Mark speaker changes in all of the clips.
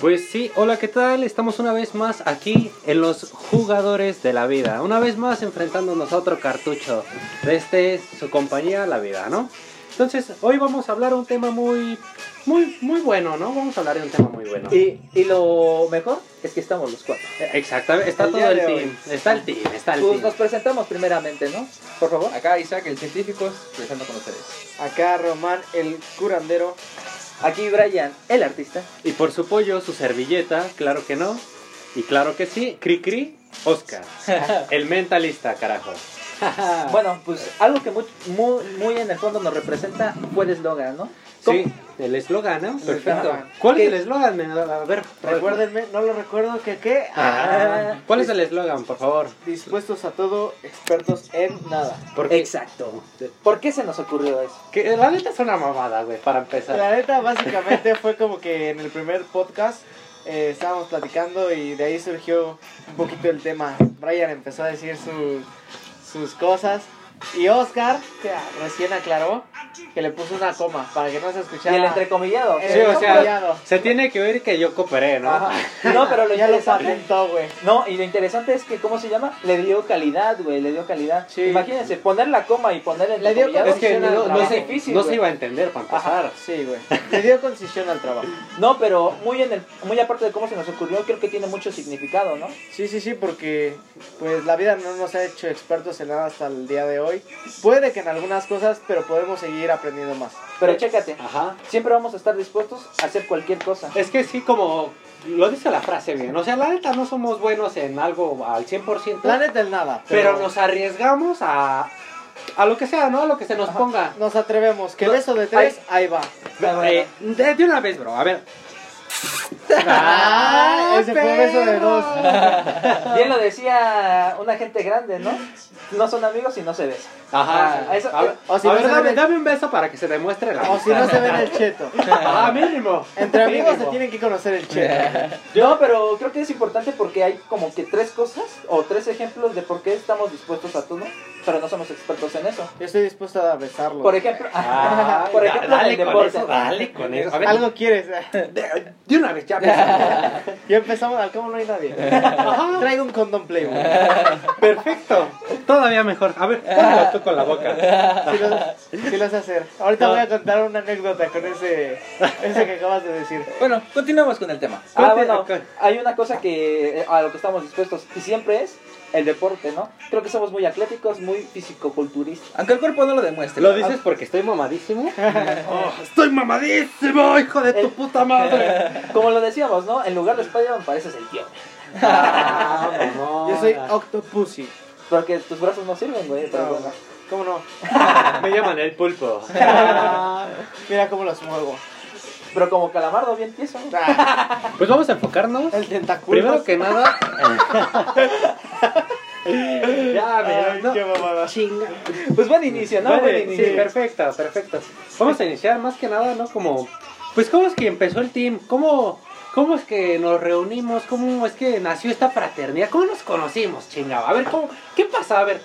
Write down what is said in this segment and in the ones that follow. Speaker 1: Pues sí, hola, ¿qué tal? Estamos una vez más aquí en los jugadores de la vida. Una vez más enfrentándonos a otro cartucho de este su compañía La Vida, ¿no? Entonces, hoy vamos a hablar un tema muy muy muy bueno, ¿no? Vamos a hablar de un tema muy bueno.
Speaker 2: Y, y lo mejor es que estamos los cuatro.
Speaker 1: Eh, Exactamente, está
Speaker 2: El
Speaker 1: todo
Speaker 2: día
Speaker 1: el
Speaker 2: de hoy.
Speaker 1: team, está el team, está el
Speaker 2: Pues
Speaker 1: team.
Speaker 2: nos presentamos primeramente, ¿no? Por favor.
Speaker 3: Acá Isaac, el científico, presentando con ustedes.
Speaker 4: Acá Román, el curandero.
Speaker 2: Aquí Brian, el artista.
Speaker 1: Y por su pollo, su servilleta, claro que no. Y claro que sí, Cri Cri, Oscar. El mentalista, carajo.
Speaker 2: Bueno, pues algo que muy, muy, muy en el fondo nos representa fue el eslogan, ¿no? ¿Cómo?
Speaker 1: Sí, el eslogan, ¿no? Perfecto.
Speaker 4: eslogan.
Speaker 1: ¿Cuál es
Speaker 2: ¿Qué?
Speaker 1: el eslogan? men? A ver,
Speaker 4: Recuérdenme, no lo recuerdo que qué.
Speaker 1: Ah,
Speaker 2: Ah.
Speaker 1: ¿Cuál es el eslogan, por favor?
Speaker 4: Dispuestos a todo, expertos en nada.
Speaker 1: Porque
Speaker 2: Exacto. ¿Por qué se nos ocurrió eso?
Speaker 1: que la neta es una mamada, güey, para empezar.
Speaker 4: La neta, básicamente fue como que en el primer podcast eh, estábamos platicando y de ahí surgió un poquito el tema. Brian empezó a decir su- sus cosas y Oscar, que recién aclaró, que le puso una coma para que no
Speaker 2: Y
Speaker 4: se
Speaker 2: el
Speaker 4: escuchara.
Speaker 2: entrecomillado.
Speaker 4: Eh,
Speaker 1: Sí, o sea,
Speaker 4: Entrecomillado.
Speaker 1: se tiene que oír que yo cooperé, ¿no?
Speaker 4: Ajá.
Speaker 2: No, pero lo
Speaker 4: ya lo
Speaker 2: interesante...
Speaker 4: patentó, güey.
Speaker 2: No, y lo interesante es que, ¿cómo se llama? Le dio calidad, güey, le dio calidad.
Speaker 4: Sí.
Speaker 2: Imagínense, poner la coma y poner el
Speaker 4: Le dio
Speaker 2: entrecomillado
Speaker 1: Es que
Speaker 4: funciona el
Speaker 1: no, no
Speaker 4: trabajo.
Speaker 1: se,
Speaker 2: es difícil,
Speaker 1: no se
Speaker 2: güey.
Speaker 1: iba a entender para empezar.
Speaker 4: Sí, güey. Le dio concisión al trabajo.
Speaker 2: No, pero muy, en el, muy aparte de cómo se nos ocurrió, creo que tiene mucho significado, ¿no?
Speaker 4: Sí, sí, sí, porque pues la vida no nos ha hecho expertos en nada hasta el día de hoy. Puede que en algunas cosas, pero podemos seguir aprendiendo más.
Speaker 2: Pero chécate,
Speaker 1: Ajá.
Speaker 2: siempre vamos a estar dispuestos a hacer cualquier cosa.
Speaker 1: Es que sí, como lo dice la frase bien. O sea, la neta no somos buenos en algo al 100%,
Speaker 4: La neta es nada, pero,
Speaker 1: pero nos arriesgamos a, a lo que sea, ¿no? A lo que se nos
Speaker 4: Ajá,
Speaker 1: ponga.
Speaker 4: nos atrevemos. Que
Speaker 1: No,
Speaker 4: beso de tres, ahí va.
Speaker 2: Ah, bueno.
Speaker 1: Eh, de, de una vez, bro. A ver.
Speaker 4: Ah, ese fue beso de
Speaker 1: perro.
Speaker 4: dos.
Speaker 2: Bien lo decía una gente grande, ¿no? No son amigos y no se besan.
Speaker 1: Ajá.
Speaker 2: Ah, eso-
Speaker 1: a ver,
Speaker 4: eh, o si
Speaker 1: a
Speaker 4: no
Speaker 1: ver,
Speaker 4: se
Speaker 1: dame,
Speaker 4: ven-
Speaker 1: dame un beso para que se demuestre la
Speaker 4: O si no se ve en el cheto.
Speaker 1: Ah, mínimo.
Speaker 4: Entre amigos se
Speaker 1: Mínimo.
Speaker 4: tienen que conocer el cheto.
Speaker 2: No, pero creo que es importante porque hay como que tres cosas o tres ejemplos de por qué estamos dispuestos a todo, pero no somos expertos en eso.
Speaker 4: Yo estoy dispuesto a besarlo.
Speaker 2: Por ejemplo,
Speaker 1: Ah,
Speaker 2: por
Speaker 1: da-
Speaker 2: ejemplo en
Speaker 1: dale
Speaker 2: el
Speaker 1: con
Speaker 2: deporte.
Speaker 1: eso, dale con eso. A ver,
Speaker 4: Algo quieres.
Speaker 1: de, de una vez ya pues. empieza.
Speaker 4: Ya empezamos, al cómo no hay nadie. Traigo un condom playboy.
Speaker 1: Perfecto. Todavía mejor. A ver, póngalo tú con la boca.
Speaker 4: Sí lo, sí lo sé hacer. Ahorita
Speaker 3: No.
Speaker 4: voy a contar una anécdota con ese, ese que acabas de decir.
Speaker 3: Bueno, continuamos con el tema.
Speaker 2: Ah,
Speaker 1: Ponte
Speaker 2: bueno,
Speaker 1: acá.
Speaker 2: hay una cosa que eh, a lo que estamos dispuestos y siempre es el deporte, ¿no? Creo que somos muy atléticos, muy fisicoculturistas.
Speaker 3: Aunque el cuerpo no lo demuestre.
Speaker 1: ¿Lo dices porque estoy mamadísimo? Oh, estoy mamadísimo, hijo de tu puta madre.
Speaker 2: Como lo decíamos, ¿no? En lugar de Spider-Man pareces el tío.
Speaker 1: Ah, mamona.
Speaker 4: Yo soy Octopussy.
Speaker 2: Porque tus brazos no sirven, güey. Pero
Speaker 4: No,
Speaker 2: bueno.
Speaker 4: ¿Cómo no?
Speaker 1: Me llaman el pulpo.
Speaker 4: Mira cómo los muevo.
Speaker 2: Pero como calamardo bien tieso. ¿no?
Speaker 4: Ah,
Speaker 1: Pues vamos a enfocarnos.
Speaker 4: El tentáculo.
Speaker 1: Primero que nada. eh, ya, mira,
Speaker 2: Ah,
Speaker 4: Ay,
Speaker 1: no.
Speaker 4: qué mamada.
Speaker 1: Chinga.
Speaker 2: Pues buen inicio, ¿no?
Speaker 1: Vale,
Speaker 2: Buen inicio.
Speaker 1: sí, perfecto, perfecto. Vamos a iniciar más que nada, ¿no? Como, pues, ¿cómo es que empezó el team? ¿Cómo, cómo es que nos reunimos? ¿Cómo es que nació esta fraternidad? ¿Cómo nos conocimos, chingado? A ver, ¿cómo, ¿qué pasa? A ver.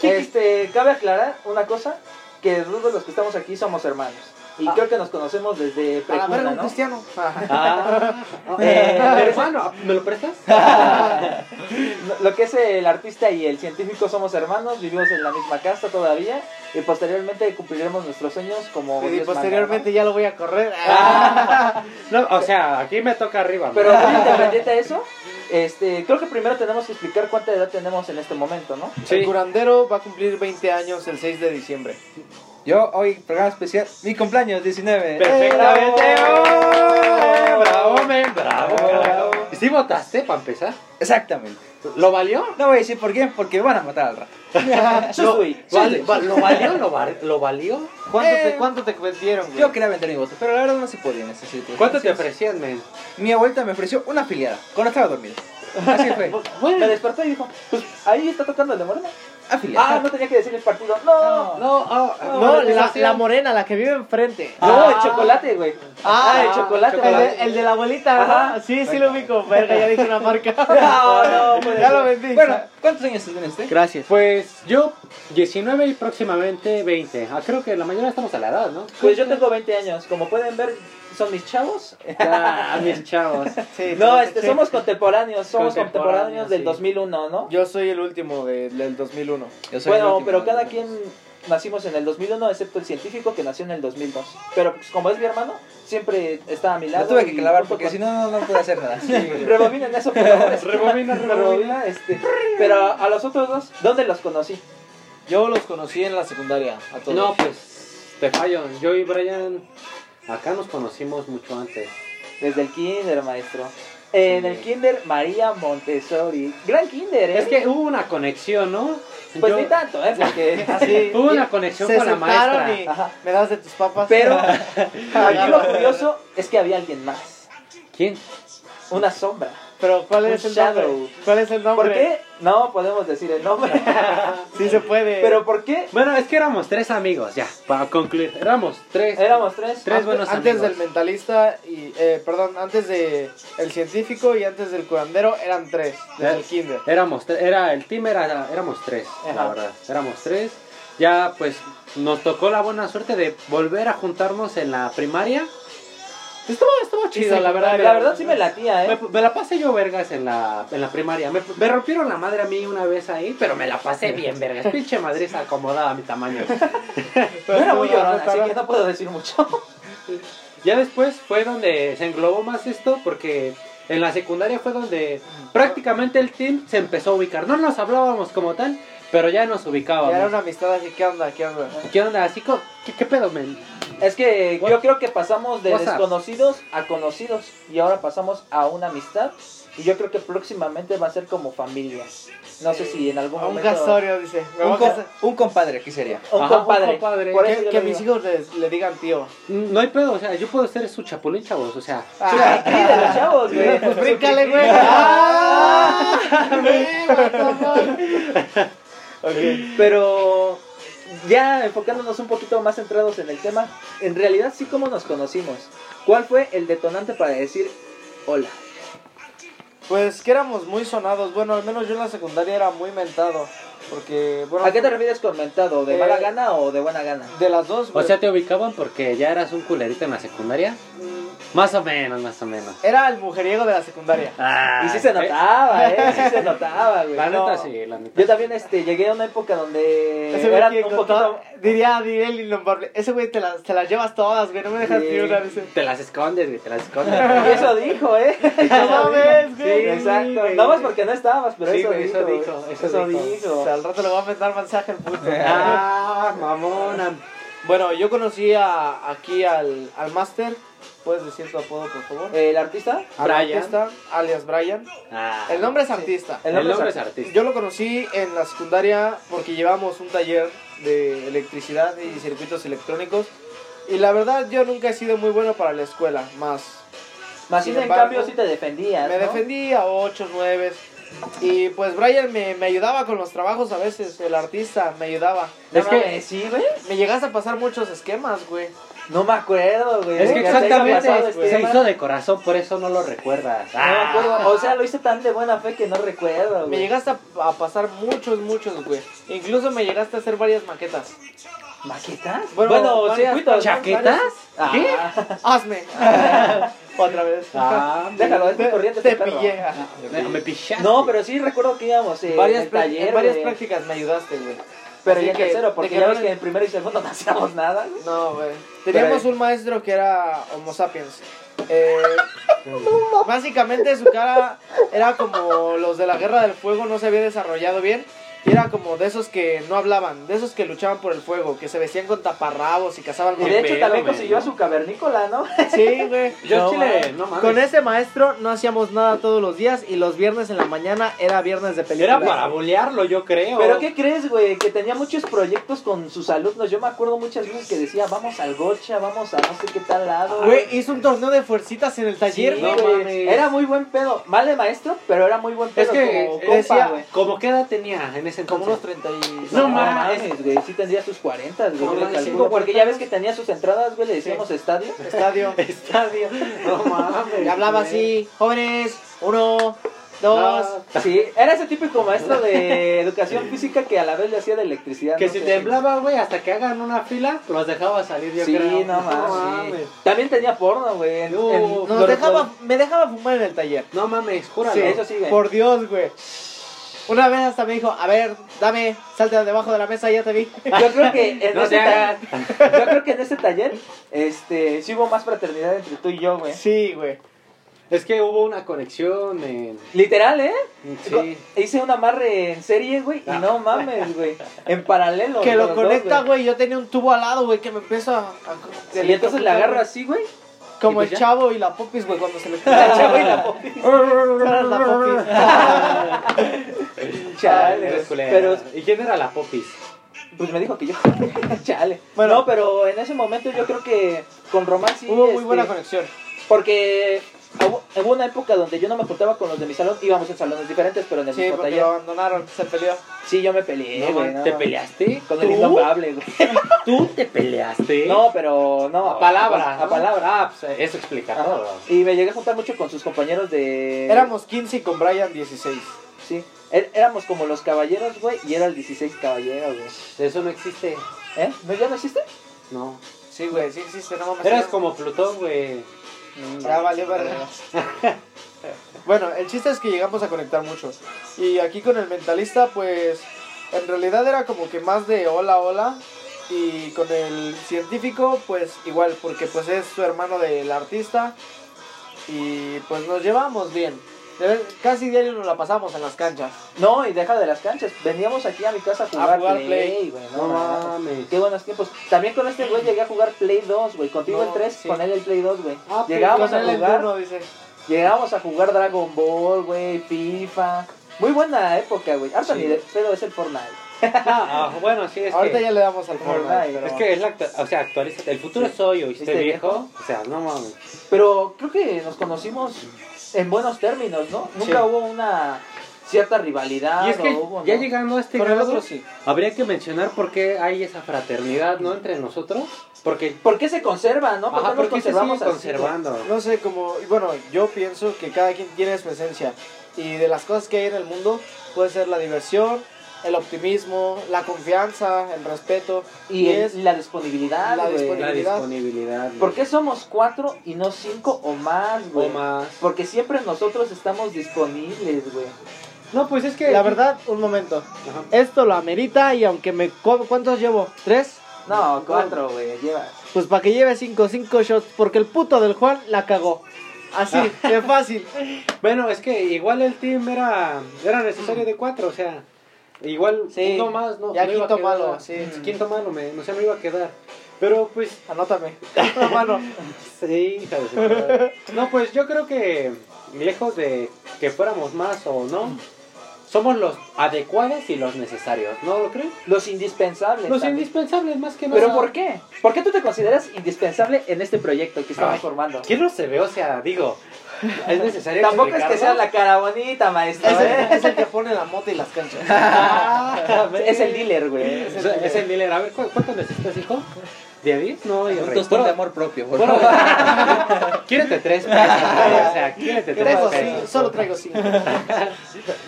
Speaker 1: ¿qué-
Speaker 2: Este, cabe aclarar una cosa, que todos los que estamos aquí somos hermanos. Y
Speaker 4: Ah.
Speaker 2: creo que nos conocemos desde
Speaker 4: A la verga,
Speaker 2: precuna,
Speaker 4: un
Speaker 2: ¿no?
Speaker 4: cristiano. Ah,
Speaker 1: Ah,
Speaker 2: Eh,
Speaker 1: hermano, ¿me lo prestas?
Speaker 2: Lo que es el artista y el científico somos hermanos, vivimos en la misma casa todavía y posteriormente cumpliremos nuestros sueños como
Speaker 4: Y
Speaker 2: Dios manda, Ah,
Speaker 4: posteriormente ya lo voy a correr. Ah,
Speaker 1: No, o sea, aquí me toca arriba.
Speaker 2: ¿no?
Speaker 1: ¿no?
Speaker 2: Pero muy independiente de eso, este, creo que primero tenemos que explicar cuánta edad tenemos en este momento, ¿no?
Speaker 1: Sí.
Speaker 4: El curandero va a cumplir 20 años el 6 de diciembre.
Speaker 3: Yo hoy, programa especial, mi cumpleaños, 19.
Speaker 1: Perfectamente.
Speaker 3: Eh,
Speaker 2: ¡Bravo!
Speaker 1: ¡Oh! Bravo, men, bravo,
Speaker 3: Bravo.
Speaker 1: bravo. ¿Sí votaste para empezar?
Speaker 3: Exactamente.
Speaker 1: ¿Lo valió?
Speaker 3: No voy a decir por qué, porque me van a matar al rato.
Speaker 1: ¿Lo,
Speaker 2: Chuy,
Speaker 1: val-
Speaker 2: Chuy.
Speaker 1: val- ¿lo valió? ¿Lo, var- lo valió?
Speaker 4: ¿Cuánto,
Speaker 3: Eh,
Speaker 4: te, ¿Cuánto te vendieron, güey?
Speaker 3: Yo quería vender mi voto, pero la verdad no se podía en este sitio.
Speaker 1: ¿Cuánto te ofrecían, men?
Speaker 3: Mi abuelita me ofreció una afiliada, cuando estaba dormida. Así fue,
Speaker 2: Me despertó y dijo, pues ahí está tocando el de Morena. Ah,
Speaker 3: afiliada.
Speaker 2: no tenía que decir el partido. No,
Speaker 1: No, ah,
Speaker 4: No, la,
Speaker 1: monetización.
Speaker 4: la morena, la que vive enfrente.
Speaker 3: Ah.
Speaker 2: no,
Speaker 4: Ah,
Speaker 2: el chocolate, güey. Ah, de chocolate,
Speaker 4: El, de,
Speaker 2: ¿verdad?
Speaker 4: el de la abuelita,
Speaker 2: Ajá.
Speaker 4: ¿verdad? Sí, sí lo ubico. Verga, ya dije una marca.
Speaker 2: No, no, puede
Speaker 4: ya
Speaker 2: ser.
Speaker 4: lo vendí.
Speaker 2: Bueno, ¿cuántos años tiene usted?
Speaker 4: gracias.
Speaker 1: Pues yo, 19 y próximamente 20. Ah, creo que la mayoría estamos a la edad, ¿no?
Speaker 2: Pues yo tengo 20 años. Como pueden ver, son mis chavos.
Speaker 1: Ya, mis chavos.
Speaker 4: Sí,
Speaker 2: No,
Speaker 4: sí,
Speaker 2: este,
Speaker 4: sí.
Speaker 2: somos contemporáneos. Somos
Speaker 1: Contemporáneos,
Speaker 2: contemporáneos del
Speaker 1: sí.
Speaker 2: 2001, ¿no?
Speaker 4: Yo soy el último de- del 2001.
Speaker 3: Yo soy el
Speaker 2: Bueno,
Speaker 3: último.
Speaker 2: pero cada quien nacimos en el 2001, excepto el científico que nació en el 2002. Pero pues, como es mi hermano, siempre está a mi
Speaker 3: La
Speaker 2: lado.
Speaker 3: tuve que clavar porque si
Speaker 2: si
Speaker 3: no, no, no pude hacer nada.
Speaker 2: Rebobinen eso, por favor.
Speaker 1: Rebobina, rebobina.
Speaker 2: este. Pero a los otros dos, ¿dónde los conocí?
Speaker 5: Yo los conocí en la secundaria, a todos.
Speaker 1: No, pues te fallo. Yo y Brian, acá nos conocimos mucho antes.
Speaker 2: Desde el kinder, maestro. En el kinder María Montessori. Gran kinder, ¿eh?
Speaker 1: Es que hubo una conexión, ¿no?
Speaker 2: Pues
Speaker 1: Yo-
Speaker 2: ni tanto, ¿eh? Porque
Speaker 4: Así.
Speaker 1: Hubo una conexión
Speaker 4: Se
Speaker 1: con la
Speaker 4: sentaron
Speaker 1: maestra.
Speaker 4: y
Speaker 2: Ajá.
Speaker 4: me das de tus papas.
Speaker 2: Pero aquí lo curioso es que había alguien más.
Speaker 1: ¿Quién?
Speaker 2: Una sombra.
Speaker 4: Pero ¿cuál
Speaker 2: Un
Speaker 4: es el
Speaker 2: shadow.
Speaker 4: nombre? ¿Cuál es el nombre?
Speaker 2: ¿Por qué? No podemos decir el nombre.
Speaker 4: Sí se puede.
Speaker 2: Pero ¿por qué?
Speaker 1: Bueno, es que éramos tres amigos, ya, para concluir. Éramos tres.
Speaker 2: Éramos tres.
Speaker 1: Tres
Speaker 4: antes,
Speaker 1: buenos
Speaker 4: antes
Speaker 1: amigos.
Speaker 4: del mentalista y eh, perdón, antes de el científico y antes del curandero eran tres desde
Speaker 1: Eh.
Speaker 4: el kinder.
Speaker 1: Éramos tre- era el team era éramos tres, la
Speaker 2: Ajá.
Speaker 1: verdad. Éramos tres. Ya pues nos tocó la buena suerte de volver a juntarnos en la primaria. Estuvo, estuvo chido, la verdad.
Speaker 2: La verdad sí me latía,
Speaker 1: Me,
Speaker 2: ¿eh?
Speaker 1: me la pasé yo vergas en la, en la primaria. Me, me rompieron la madre a mí una vez ahí, pero me la pasé bien vergas. Pinche madre se acomodaba a mi tamaño.
Speaker 2: No era muy llorón, así que no puedo decir mucho.
Speaker 1: Ya después fue donde se englobó más esto porque en la secundaria fue donde prácticamente el team se empezó a ubicar. No nos hablábamos como tal, pero ya nos ubicábamos.
Speaker 4: Ya era una amistad así, ¿qué onda? ¿Qué onda?
Speaker 1: ¿Qué onda? Así co- ¿qué, qué pedo, men?
Speaker 2: Es que yo creo que pasamos de
Speaker 1: What's up?
Speaker 2: desconocidos a conocidos y ahora pasamos a una amistad y yo creo que próximamente va a ser como familia. No sé si en algún
Speaker 4: A un
Speaker 2: momento
Speaker 4: casorio dice. me voy
Speaker 3: Un,
Speaker 4: a
Speaker 3: co-
Speaker 4: casar.
Speaker 3: un compadre aquí sería.
Speaker 2: un
Speaker 1: Ajá, un
Speaker 2: compadre.
Speaker 1: compadre.
Speaker 2: Por eso
Speaker 4: que
Speaker 2: yo
Speaker 4: que
Speaker 2: lo
Speaker 4: mis
Speaker 2: digo.
Speaker 4: hijos les- le digan tío.
Speaker 1: No hay pedo, o sea, yo puedo ser su chapulín, chavos, o sea.
Speaker 4: Ah,
Speaker 2: Sí, de los chavos, güey.
Speaker 4: pues bríncale, güey.
Speaker 2: Ah.
Speaker 4: Ah, güey, what the fuck.
Speaker 2: Pero ya enfocándonos un poquito más centrados en el tema, en realidad sí cómo nos conocimos. ¿Cuál fue el detonante para decir hola?
Speaker 4: Pues que éramos muy sonados. Bueno, al menos yo en la secundaria era muy mentado. Porque, bueno,
Speaker 2: ¿A qué te refieres con mentado? ¿De
Speaker 4: Eh,
Speaker 2: mala gana o de buena gana?
Speaker 4: de las dos,
Speaker 1: O
Speaker 4: güey.
Speaker 1: sea, te ubicaban porque ya eras un culerito en la secundaria.
Speaker 4: mm,
Speaker 1: Más o menos, más o menos.
Speaker 4: era el mujeriego de la secundaria.
Speaker 1: Ah,
Speaker 2: Y sí
Speaker 4: eh.
Speaker 2: se notaba, ¿eh? Sí se notaba,
Speaker 1: eh,
Speaker 2: güey.
Speaker 1: La
Speaker 4: No.
Speaker 1: neta sí, la neta.
Speaker 2: Yo también este, llegué a una época donde
Speaker 4: Ese güey
Speaker 2: eran
Speaker 4: que
Speaker 2: un
Speaker 4: con todo-
Speaker 2: poquito...
Speaker 4: diría, diría el innombrable. Ese güey te las, te las llevas todas, güey. No me dejas
Speaker 2: Sí.
Speaker 4: ni una. Dice.
Speaker 1: Te las escondes, güey, te las escondes.
Speaker 2: Y eso dijo, ¿eh?
Speaker 4: Ya sabes,
Speaker 2: Sí,
Speaker 4: güey.
Speaker 2: exacto.
Speaker 4: güey.
Speaker 2: No más porque no estabas, pero
Speaker 1: Sí,
Speaker 2: eso,
Speaker 1: güey,
Speaker 2: dijo,
Speaker 1: eso dijo,
Speaker 2: güey.
Speaker 1: eso
Speaker 2: Eso
Speaker 1: dijo.
Speaker 4: O
Speaker 2: dijo.
Speaker 4: sea, al rato le voy a mandar mensaje al puto.
Speaker 1: ah, mamona.
Speaker 4: Bueno, yo conocí a, aquí al, al máster. ¿Puedes decir tu apodo, por favor?
Speaker 2: ¿El artista?
Speaker 4: Al
Speaker 1: Brian.
Speaker 4: artista, alias Brian.
Speaker 1: Ah.
Speaker 4: El nombre es artista.
Speaker 1: El nombre, es artista.
Speaker 4: Eh, Yo lo conocí en la secundaria porque llevamos un taller de electricidad y circuitos electrónicos. Y la verdad, yo nunca he sido muy bueno para la escuela, más
Speaker 2: Más
Speaker 4: Sin
Speaker 2: bien, en
Speaker 4: embargo,
Speaker 2: cambio, sí te defendías,
Speaker 4: Me
Speaker 2: ¿no?
Speaker 4: defendí a 8, 9. Y pues Brian me, me ayudaba con los trabajos a veces, el artista me ayudaba.
Speaker 2: No
Speaker 1: Es que-
Speaker 2: mames, sí, güey.
Speaker 4: Me llegaste a pasar muchos esquemas, güey.
Speaker 2: No me acuerdo, güey.
Speaker 1: Es que
Speaker 2: Ya te hizo
Speaker 1: exactamente
Speaker 2: pasado este
Speaker 1: se
Speaker 2: tema.
Speaker 1: hizo de corazón, por eso no lo recuerdas.
Speaker 2: No me
Speaker 1: Ah.
Speaker 2: acuerdo. O sea, lo hice tan de buena fe que no recuerdo,
Speaker 4: Me
Speaker 2: güey.
Speaker 4: llegaste a, a pasar muchos, muchos, güey. Incluso me llegaste a hacer varias maquetas.
Speaker 2: ¿Maquetas?
Speaker 4: Bueno,
Speaker 2: Bueno,
Speaker 4: varias
Speaker 2: circuitos.
Speaker 1: ¿Chaquetas?
Speaker 2: Ah,
Speaker 1: ¿Qué?
Speaker 4: Hazme. Otra vez.
Speaker 1: Ah,
Speaker 2: Déjalo, es muy corriente
Speaker 4: Te
Speaker 2: este perro.
Speaker 4: pillé.
Speaker 1: me, me pichaste.
Speaker 2: No, pero sí recuerdo que íbamos eh, en
Speaker 4: Varias,
Speaker 2: el
Speaker 4: práct-
Speaker 2: taller,
Speaker 4: en varias
Speaker 2: güey.
Speaker 4: prácticas me ayudaste, güey.
Speaker 2: Pero
Speaker 4: Así
Speaker 2: ya en
Speaker 4: que-
Speaker 2: tercero,
Speaker 4: de
Speaker 2: porque
Speaker 4: que
Speaker 2: ya
Speaker 4: no
Speaker 2: ves
Speaker 4: le-
Speaker 2: que en primero y segundo no hacíamos nada, güey.
Speaker 4: No, güey. Teníamos
Speaker 2: Pero-
Speaker 4: un maestro que era Homo sapiens. Eh, básicamente su cara era como los de la Guerra del Fuego, no se había desarrollado bien. Y era como de esos que no hablaban, de esos que luchaban por el fuego, que se vestían con taparrabos y cazaban
Speaker 2: Y
Speaker 4: con...
Speaker 2: de hecho
Speaker 1: pedo,
Speaker 2: también
Speaker 1: men,
Speaker 2: consiguió a
Speaker 1: ¿no?
Speaker 2: su cavernícola, ¿no?
Speaker 4: Sí, güey.
Speaker 1: Yo
Speaker 2: No,
Speaker 1: en Chile,
Speaker 2: mames.
Speaker 1: no mames.
Speaker 4: Con ese maestro no hacíamos nada todos los días y los viernes en la mañana era viernes de
Speaker 1: Era
Speaker 4: películas.
Speaker 1: para bolearlo, yo creo.
Speaker 2: Pero ¿qué crees, güey? Que tenía muchos proyectos con sus alumnos. Yo me acuerdo muchas veces que decía, vamos al gocha, vamos a no sé qué tal lado.
Speaker 4: Güey, hizo un torneo de fuercitas en el taller,
Speaker 2: Sí,
Speaker 4: güey.
Speaker 1: no
Speaker 2: güey.
Speaker 1: mames.
Speaker 2: Era muy buen pedo. Mal de maestro, pero era muy buen pedo.
Speaker 1: Es que
Speaker 2: como
Speaker 1: decía,
Speaker 2: compa, güey.
Speaker 1: ¿cómo qué edad tenía en ese
Speaker 5: Como
Speaker 1: entonces?
Speaker 5: unos 30 y...
Speaker 1: No mames.
Speaker 2: mames, güey, sí tendría sus 40, güey.
Speaker 1: No
Speaker 2: yo le
Speaker 1: mames,
Speaker 2: calculo,
Speaker 1: sí.
Speaker 2: porque ya ves que tenía sus entradas, güey, le decíamos estadio.
Speaker 4: Estadio.
Speaker 1: Estadio. No mames.
Speaker 4: Y hablaba así, jóvenes, uno, dos.
Speaker 2: Sí, era ese típico maestro de educación física que a la vez le hacía de electricidad.
Speaker 1: Que
Speaker 2: ¿no?
Speaker 1: si temblaba, güey, hasta que hagan una fila, los dejaba salir, yo
Speaker 2: Sí,
Speaker 1: creo.
Speaker 2: no mames. sí. También tenía porno, güey. en-
Speaker 1: No.
Speaker 2: en-
Speaker 1: Nos
Speaker 2: lo
Speaker 4: Nos dejaba, me dejaba fumar en el taller.
Speaker 1: No mames, júralo.
Speaker 2: Sí, eso sí, güey.
Speaker 4: Por Dios, güey. Una vez hasta me dijo, a ver, dame, salte debajo de la mesa, ya te vi.
Speaker 2: Yo creo que en
Speaker 1: No te
Speaker 2: ese ta-
Speaker 1: hagas.
Speaker 2: yo creo que en ese taller este sí hubo más fraternidad entre tú y yo, güey.
Speaker 4: Sí, güey.
Speaker 1: Es que hubo una conexión en...
Speaker 2: Literal, ¿eh?
Speaker 1: Sí.
Speaker 2: Hice un amarre en serie, güey, y no mames, güey. En paralelo.
Speaker 4: Que
Speaker 2: los
Speaker 4: lo
Speaker 2: dos,
Speaker 4: conecta, güey. Yo tenía un tubo al lado, güey, que me empiezo a... a-
Speaker 2: Y entonces le agarro así, güey.
Speaker 4: Como
Speaker 2: y pues
Speaker 4: el
Speaker 2: ya.
Speaker 4: chavo y la popis, güey, cuando se le
Speaker 2: La
Speaker 4: pega.
Speaker 2: chava y la popis.
Speaker 4: la popis.
Speaker 2: Chale.
Speaker 1: Eres culera.
Speaker 2: Pero
Speaker 1: ¿Y quién era la popis?
Speaker 2: pues me dijo que yo. Chale.
Speaker 4: Bueno.
Speaker 2: no, pero en ese momento yo creo que con Román sí.
Speaker 4: Hubo muy
Speaker 2: este,
Speaker 4: buena conexión.
Speaker 2: Porque hubo, hubo una época donde yo no me juntaba con los de mi salón, íbamos en salones diferentes, pero en el
Speaker 4: Sí,
Speaker 2: mismo
Speaker 4: porque
Speaker 2: taller.
Speaker 4: lo abandonaron, se peleó.
Speaker 2: Sí, yo me peleé, güey.
Speaker 1: ¿Te
Speaker 2: no.
Speaker 1: peleaste?
Speaker 2: Con el
Speaker 1: ¿Tú?
Speaker 2: indomable, güey.
Speaker 1: ¿Tú te peleaste?
Speaker 2: No, pero no.
Speaker 1: a palabra.
Speaker 2: A palabra.
Speaker 1: Ah, pues eso explica
Speaker 2: Ajá.
Speaker 1: todo.
Speaker 2: Y me llegué a juntar mucho con sus compañeros de.
Speaker 4: Éramos 15 y con Brian 16.
Speaker 2: Sí. É- Éramos como los caballeros, güey, y era el 16 caballero, güey.
Speaker 1: Eso no existe.
Speaker 2: ¿Eh? ¿No, ¿Ya no existe?
Speaker 1: No.
Speaker 4: Sí, güey, sí existe, no mames.
Speaker 1: Eras como Plutón, güey.
Speaker 4: Mm,
Speaker 2: Ah.
Speaker 4: Ya valió verga. bueno, el chiste es que llegamos a conectar mucho. Y aquí con el mentalista, pues en realidad era como que más de hola, hola. Y con el científico, pues igual, porque pues es su hermano del artista. Y pues nos llevamos bien. De vez- Casi diario nos la pasamos en las canchas.
Speaker 2: No, y deja de las canchas. Veníamos aquí a mi casa a jugar,
Speaker 4: jugar
Speaker 2: play,
Speaker 4: Play.
Speaker 2: güey. No,
Speaker 1: No
Speaker 2: mames.
Speaker 1: mames.
Speaker 2: Qué buenos tiempos. También con este güey llegué a jugar Play 2, güey. Contigo
Speaker 4: No,
Speaker 2: el 3,
Speaker 4: sí.
Speaker 2: con él el Play 2, güey.
Speaker 1: Ah, pues,
Speaker 2: llegábamos
Speaker 4: Con
Speaker 2: a
Speaker 4: él en
Speaker 2: jugar,
Speaker 4: turno, dice.
Speaker 2: llegábamos a jugar Dragon Ball, güey, FIFA. Muy buena época, güey. Harta
Speaker 1: Sí.
Speaker 2: ni de pedo es el Fortnite.
Speaker 1: Ah, ah, bueno, sí, es
Speaker 4: Ahorita
Speaker 1: que...
Speaker 4: ya le damos al
Speaker 2: Fortnite,
Speaker 4: Fortnite. pero-
Speaker 1: Es que es la actua- o sea, actualiza, el futuro
Speaker 2: Sí.
Speaker 1: soy, ¿oíste
Speaker 2: ¿Este
Speaker 1: viejo? O sea, no mames.
Speaker 2: Pero creo que nos conocimos en buenos términos, ¿no? Nunca hubo una cierta rivalidad.
Speaker 1: Y es que
Speaker 2: o hubo,
Speaker 1: ya
Speaker 2: ¿no?
Speaker 1: llegando a este
Speaker 4: Con el
Speaker 1: grado,
Speaker 4: otro sí.
Speaker 1: habría que mencionar por qué hay esa fraternidad, ¿no? Entre nosotros. Porque,
Speaker 2: ¿Por qué se conserva, no? ¿Por
Speaker 1: ajá,
Speaker 2: qué nos
Speaker 1: porque se sigue
Speaker 2: conservamos así,
Speaker 1: conservando.
Speaker 4: No sé, como, y bueno, yo pienso que cada quien tiene su esencia y de las cosas que hay en el mundo puede ser la diversión, el optimismo, la confianza, el respeto
Speaker 2: güey? Y, el-
Speaker 4: es
Speaker 2: la disponibilidad,
Speaker 4: la
Speaker 2: güey.
Speaker 1: La
Speaker 4: disponibilidad.
Speaker 1: disponibilidad.
Speaker 2: ¿Por qué somos cuatro y no cinco o más,
Speaker 1: O
Speaker 2: güey?
Speaker 1: más.
Speaker 2: Porque siempre nosotros estamos disponibles, güey.
Speaker 1: No, pues es que.
Speaker 4: la verdad, un momento,
Speaker 1: Ajá.
Speaker 4: esto lo amerita y aunque me... co- ¿Cuántos llevo? ¿Tres?
Speaker 2: No, cuatro, güey, llevas.
Speaker 4: Pues para que lleve cinco, cinco shots, porque el puto del Juan la cagó. Así, de fácil.
Speaker 1: Bueno, es que igual el team era, era necesario de cuatro, o sea. Igual
Speaker 4: Sí.
Speaker 1: uno más, no.
Speaker 4: Ya
Speaker 1: no iba a
Speaker 4: quinto
Speaker 1: quedar. Pues,
Speaker 4: malo, sí.
Speaker 1: Quinto malo, me, no se me iba a quedar. Pero pues
Speaker 4: Anótame. Mano.
Speaker 1: Sí, hija de su madre. No, pues yo creo que lejos de que fuéramos más o no, somos los adecuados y los necesarios, ¿no lo creen?
Speaker 2: Los indispensables.
Speaker 1: Los
Speaker 2: también.
Speaker 1: indispensables más que nada.
Speaker 2: ¿Pero por qué? ¿Por qué tú te consideras indispensable en este proyecto que estamos
Speaker 1: Ay,
Speaker 2: formando?
Speaker 1: ¿Quién no se ve? O sea, digo, es necesario
Speaker 2: Tampoco es que sea
Speaker 1: explicarlo?
Speaker 2: la cara bonita, maestro.
Speaker 4: Es
Speaker 2: ¿eh?
Speaker 4: el, es el que pone la mota y las canchas.
Speaker 1: Ah, ve.
Speaker 2: Es el dealer, güey.
Speaker 1: Es, es el dealer. A ver, ¿cu- ¿cuánto necesitas, hijo? ¿De 10? No, y
Speaker 3: Un
Speaker 1: rey.
Speaker 3: tostón de
Speaker 1: Puro-
Speaker 3: amor propio, por
Speaker 1: puro-
Speaker 3: favor.
Speaker 1: Quírete tres pesos, güey, O sea, quírete tres
Speaker 4: Traigo
Speaker 1: pesos.
Speaker 4: cinco, solo traigo cinco.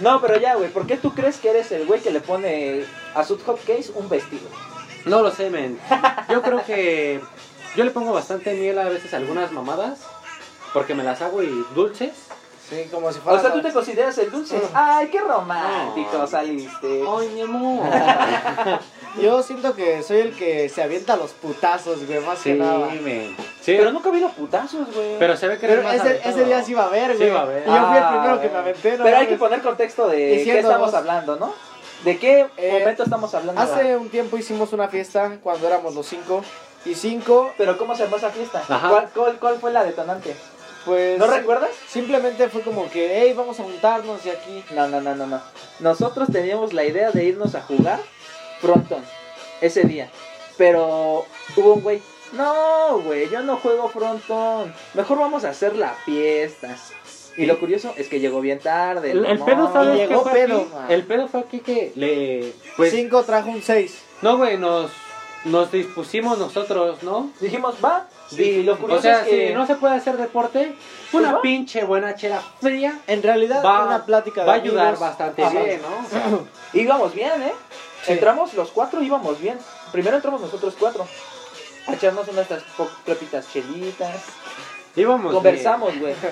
Speaker 2: No, pero ya, güey, ¿por qué tú crees que eres el güey que le pone a su hotcakes un vestido?
Speaker 1: No lo sé, men. Yo creo que yo le pongo bastante miel a veces a algunas mamadas porque me las hago y dulces.
Speaker 4: Sí, como si fuera...
Speaker 2: O sea, tú te consideras el dulce. Ay, qué romántico
Speaker 1: No.
Speaker 2: saliste.
Speaker 1: Ay, mi amor.
Speaker 4: Yo siento que soy el que se avienta los putazos, güey, más
Speaker 1: Sí,
Speaker 4: que nada.
Speaker 1: men. Sí,
Speaker 2: Pero
Speaker 1: pero,
Speaker 2: nunca vi los putazos, güey.
Speaker 1: se ve que eres
Speaker 4: Pero
Speaker 1: más
Speaker 4: ese,
Speaker 1: aventado.
Speaker 4: ese día sí iba a haber,
Speaker 1: Sí
Speaker 4: güey.
Speaker 1: iba a haber.
Speaker 4: Y yo fui el
Speaker 2: Ah,
Speaker 4: primero que
Speaker 2: güey.
Speaker 4: me aventé, ¿no?
Speaker 2: Pero hay que
Speaker 4: mames.
Speaker 2: poner contexto de
Speaker 4: Y
Speaker 2: qué
Speaker 4: siendo
Speaker 2: estamos
Speaker 4: dos.
Speaker 2: hablando, ¿no? ¿De qué
Speaker 4: Eh,
Speaker 2: momento estamos hablando?
Speaker 4: Hace un tiempo hicimos una fiesta cuando éramos los cinco. Y cinco,
Speaker 2: Pero ¿cómo se armó esa fiesta?
Speaker 1: Ajá.
Speaker 2: ¿Cuál, cuál, cuál fue la detonante?
Speaker 4: pues...
Speaker 2: ¿No recuerdas?
Speaker 4: Simplemente fue como que, hey, vamos a juntarnos y aquí...
Speaker 2: No, no, no, no, no. Nosotros teníamos la idea de irnos a jugar Fronton ese día. Pero hubo un güey. No, güey, yo no juego Fronton. Mejor vamos a hacer la fiesta. Y lo curioso es que llegó bien tarde.
Speaker 1: El, el
Speaker 2: mamón.
Speaker 1: pedo, ¿sabes
Speaker 4: y
Speaker 1: qué
Speaker 4: llegó
Speaker 1: fue
Speaker 4: pedo.
Speaker 1: aquí? El pedo fue aquí que le... Pues,
Speaker 4: 5 trajo un 6.
Speaker 1: no, güey, nos, nos dispusimos nosotros, ¿no?
Speaker 2: Dijimos, va. Y lo curioso
Speaker 1: o sea,
Speaker 2: es que
Speaker 1: si no se puede hacer deporte,
Speaker 2: Pues
Speaker 1: una
Speaker 2: va.
Speaker 1: pinche buena chela fría
Speaker 4: En realidad,
Speaker 1: va,
Speaker 4: una plática de
Speaker 1: va a ayudar
Speaker 4: amigos.
Speaker 1: bastante
Speaker 4: Ajá.
Speaker 1: bien, ¿no? O sea,
Speaker 2: íbamos bien, ¿eh? Entramos los cuatro, íbamos bien. Primero entramos nosotros cuatro. A echarnos unas papitas chelitas.
Speaker 1: íbamos
Speaker 2: Conversamos, güey.